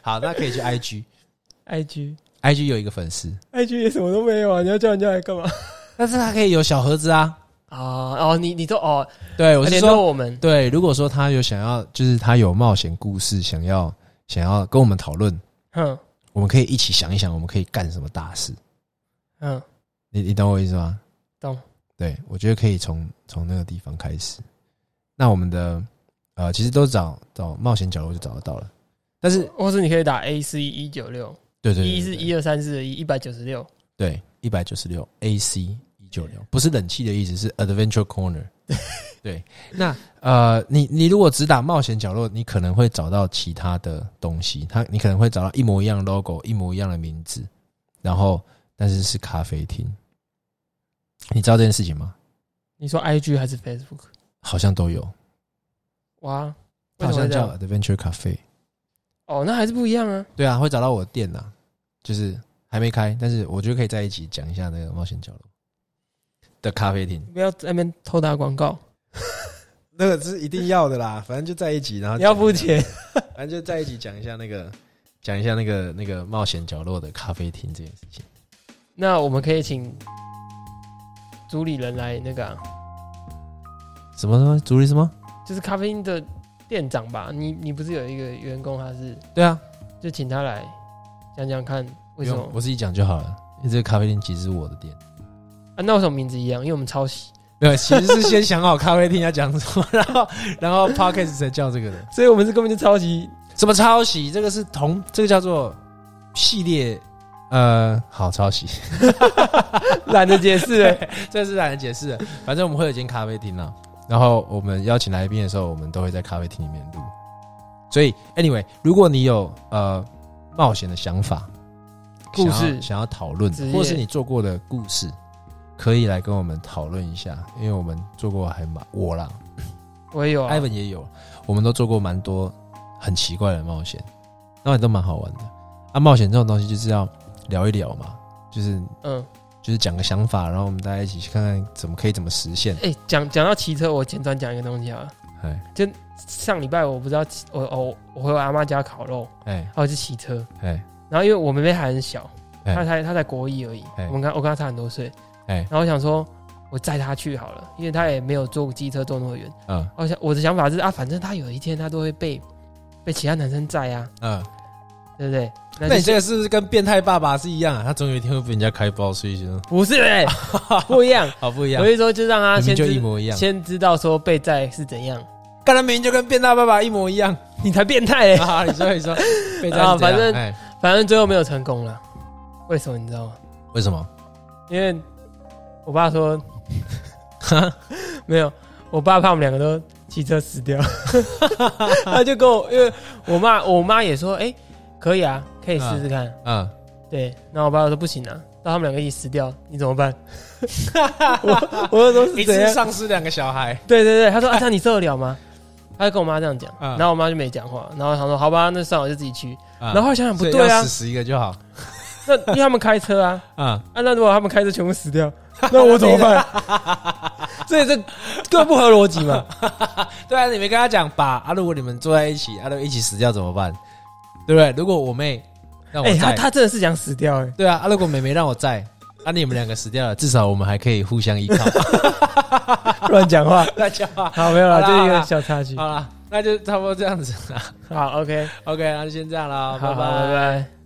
Speaker 1: 好，那可以去 IG，IG
Speaker 2: IG
Speaker 1: 有一个粉丝，
Speaker 2: IG 也什么都没有啊！你要叫人家来干嘛？
Speaker 1: 但是他可以有小盒子啊。
Speaker 2: 哦哦，你你都哦，
Speaker 1: 对，我是
Speaker 2: 联络
Speaker 1: 说，
Speaker 2: 我们
Speaker 1: 对，如果说他有想要，就是他有冒险故事，想要想要跟我们讨论，
Speaker 2: 嗯
Speaker 1: 我们可以一起想一想，我们可以干什么大事。
Speaker 2: 嗯，
Speaker 1: 你你懂我意思吗？
Speaker 2: 懂。
Speaker 1: 对，我觉得可以从从那个地方开始。那我们的呃，其实都找找冒险角落就找得到了，但是
Speaker 2: 或是你可以打 A 是一九六，
Speaker 1: 对对对
Speaker 2: 一是一二三四的一，一百九十六。
Speaker 1: 对一百九十六 AC 一九六，不是冷气的意思，是 Adventure Corner。对，那呃，你你如果只打冒险角落，你可能会找到其他的东西，它你可能会找到一模一样的 logo，一模一样的名字，然后但是是咖啡厅。你知道这件事情吗？
Speaker 2: 你说 IG 还是 Facebook？
Speaker 1: 好像都有，
Speaker 2: 哇，
Speaker 1: 它
Speaker 2: 为
Speaker 1: 好
Speaker 2: 什么
Speaker 1: 像
Speaker 2: 会这
Speaker 1: 叫
Speaker 2: 样
Speaker 1: Adventure Cafe。
Speaker 2: 哦，那还是不一样啊。
Speaker 1: 对啊，会找到我的店呐、就是还没开，但是我觉得可以在一起讲一下那个冒险角落的咖啡厅，
Speaker 2: 不要在那边偷打广告，
Speaker 1: 那个是一定要的啦， <laughs> 反正就在一起，然后
Speaker 2: 你要
Speaker 1: 讲一
Speaker 2: 付
Speaker 1: 下，
Speaker 2: 钱。
Speaker 1: 反正就在一起讲一下那个讲一下那个那个冒险角落的咖啡厅这件事情。
Speaker 2: 那我们可以请主理人来那个啊、
Speaker 1: 什么什么主理什么？
Speaker 2: 就是咖啡因的店长吧？你你不是有一个员工，他是
Speaker 1: 对啊，
Speaker 2: 就请他来讲讲看
Speaker 1: 不
Speaker 2: 为什么
Speaker 1: 用我自己讲就好了。因为这个咖啡店其实是我的 <laughs> 店，
Speaker 2: 啊？那为什么名字一样？因为我们抄袭，
Speaker 1: 对，其实是先想好咖啡厅要讲什么，然后然后 podcast 才叫这个的。
Speaker 2: 所以我们是根本就抄袭。
Speaker 1: 什么抄袭？这个是同，这个叫做系列，呃，好抄
Speaker 2: <laughs>
Speaker 1: 袭，
Speaker 2: 懒得解释了
Speaker 1: 这是懒得解释的。反正我们会有一间咖啡厅啦、然后我们邀请来宾的时候，我们都会在咖啡厅里面录。所以，anyway，如果你有呃冒险的想法、
Speaker 2: 故事
Speaker 1: 想要想要讨论
Speaker 2: 职，业
Speaker 1: 或是你做过的故事，可以来跟我们讨论一下，因为我们做过还蛮我啦，
Speaker 2: 我也有啊
Speaker 1: 艾，文也有，我们都做过蛮多很奇怪的冒险，那也都蛮好玩的。啊，冒险这种东西就是要聊一聊嘛，就是
Speaker 2: 嗯，
Speaker 1: 就是讲个想法，然后我们大家一起去看看怎么可以怎么实现。
Speaker 2: 哎、讲讲到骑车，我简短讲一个东西啊。
Speaker 1: 哎
Speaker 2: 上礼拜我不知道骑，我哦，我回我阿妈家烤肉，
Speaker 1: 哎
Speaker 2: 然后我就骑车，
Speaker 1: 哎
Speaker 2: 然后因为我妹妹还很小，
Speaker 1: 哎
Speaker 2: 她才她才国一而已，
Speaker 1: 哎
Speaker 2: 我们跟我跟她差很多岁，
Speaker 1: 哎
Speaker 2: 然，后我想说，我载她去好了，因为她也没有坐过机车坐那么远。
Speaker 1: 嗯
Speaker 2: 我想我的想法是啊，反正她有一天她都会被被其他男生载啊，
Speaker 1: 嗯，
Speaker 2: 对不对？
Speaker 1: 那你
Speaker 2: 就
Speaker 1: 这个是不是跟变态爸爸是一样啊？他总有一天会被人家开包，所以就
Speaker 2: 不是、
Speaker 1: <laughs>
Speaker 2: 欸、不一样，
Speaker 1: 好不一
Speaker 2: 我
Speaker 1: 样，
Speaker 2: 是说就让她
Speaker 1: 明明
Speaker 2: 先
Speaker 1: 就一
Speaker 2: 知
Speaker 1: 模一样，
Speaker 2: 先知道说被载是怎样，
Speaker 1: 干他明明就跟变态爸爸一模一样
Speaker 2: 你才变态、欸。
Speaker 1: <laughs> 啊！你说你说， <laughs> 被
Speaker 2: 啊
Speaker 1: 他
Speaker 2: 反正
Speaker 1: 哎，
Speaker 2: 反正最后没有成功了，为什么你知道吗？
Speaker 1: 为什么？
Speaker 2: 因为我爸说， <laughs> 没有，我爸怕我们两个都骑车
Speaker 1: <laughs>
Speaker 2: 死掉，他就跟我，因为我妈我妈也说，哎、可以啊，可以试试看，
Speaker 1: 嗯，
Speaker 2: 对，然后我爸说不行啊，到他们两个一起死掉，你怎么办？我 <laughs> 我就说
Speaker 1: <laughs> 一
Speaker 2: 是怎
Speaker 1: 次
Speaker 2: 样？
Speaker 1: 丧失两个小孩，
Speaker 2: 对对对，他说啊，这样你受得了吗？
Speaker 1: 哎
Speaker 2: 他就跟我妈这样讲，
Speaker 1: 嗯
Speaker 2: 然后我妈就没讲话，然后他说好吧，那算了，我就自己去。
Speaker 1: 然
Speaker 2: 然后后来想想不
Speaker 1: 所以
Speaker 2: 对
Speaker 1: 要
Speaker 2: 啊
Speaker 1: 死，十一个就好
Speaker 2: 那因为他们开车啊，
Speaker 1: 啊。
Speaker 2: 啊，那如果他们开车全部
Speaker 1: <laughs>
Speaker 2: 死掉，那我怎么办？所以这更不合逻辑
Speaker 1: <laughs>
Speaker 2: 嘛。
Speaker 1: 对啊，你没跟他讲吧？啊，如果你们坐在一起，啊，如果一起死掉怎么办？对不对？如果我妹让我
Speaker 2: 哎、
Speaker 1: 在，
Speaker 2: 他他真的是想死掉哎、
Speaker 1: <laughs> 对啊，啊，如果妹妹让我在，啊，你们两个死掉了，至少我们还可以互相依
Speaker 2: <laughs>
Speaker 1: 靠。
Speaker 2: 乱讲话。
Speaker 1: 大家好
Speaker 2: 好，没有了，
Speaker 1: 好啦
Speaker 2: 这是一
Speaker 1: 好
Speaker 2: 个
Speaker 1: 啦
Speaker 2: 小插曲。
Speaker 1: 好啦，那就差不多这样子啦。
Speaker 2: 好，OK，
Speaker 1: OK，那就先这样啦，拜
Speaker 2: 好，好拜
Speaker 1: 拜。
Speaker 2: 拜。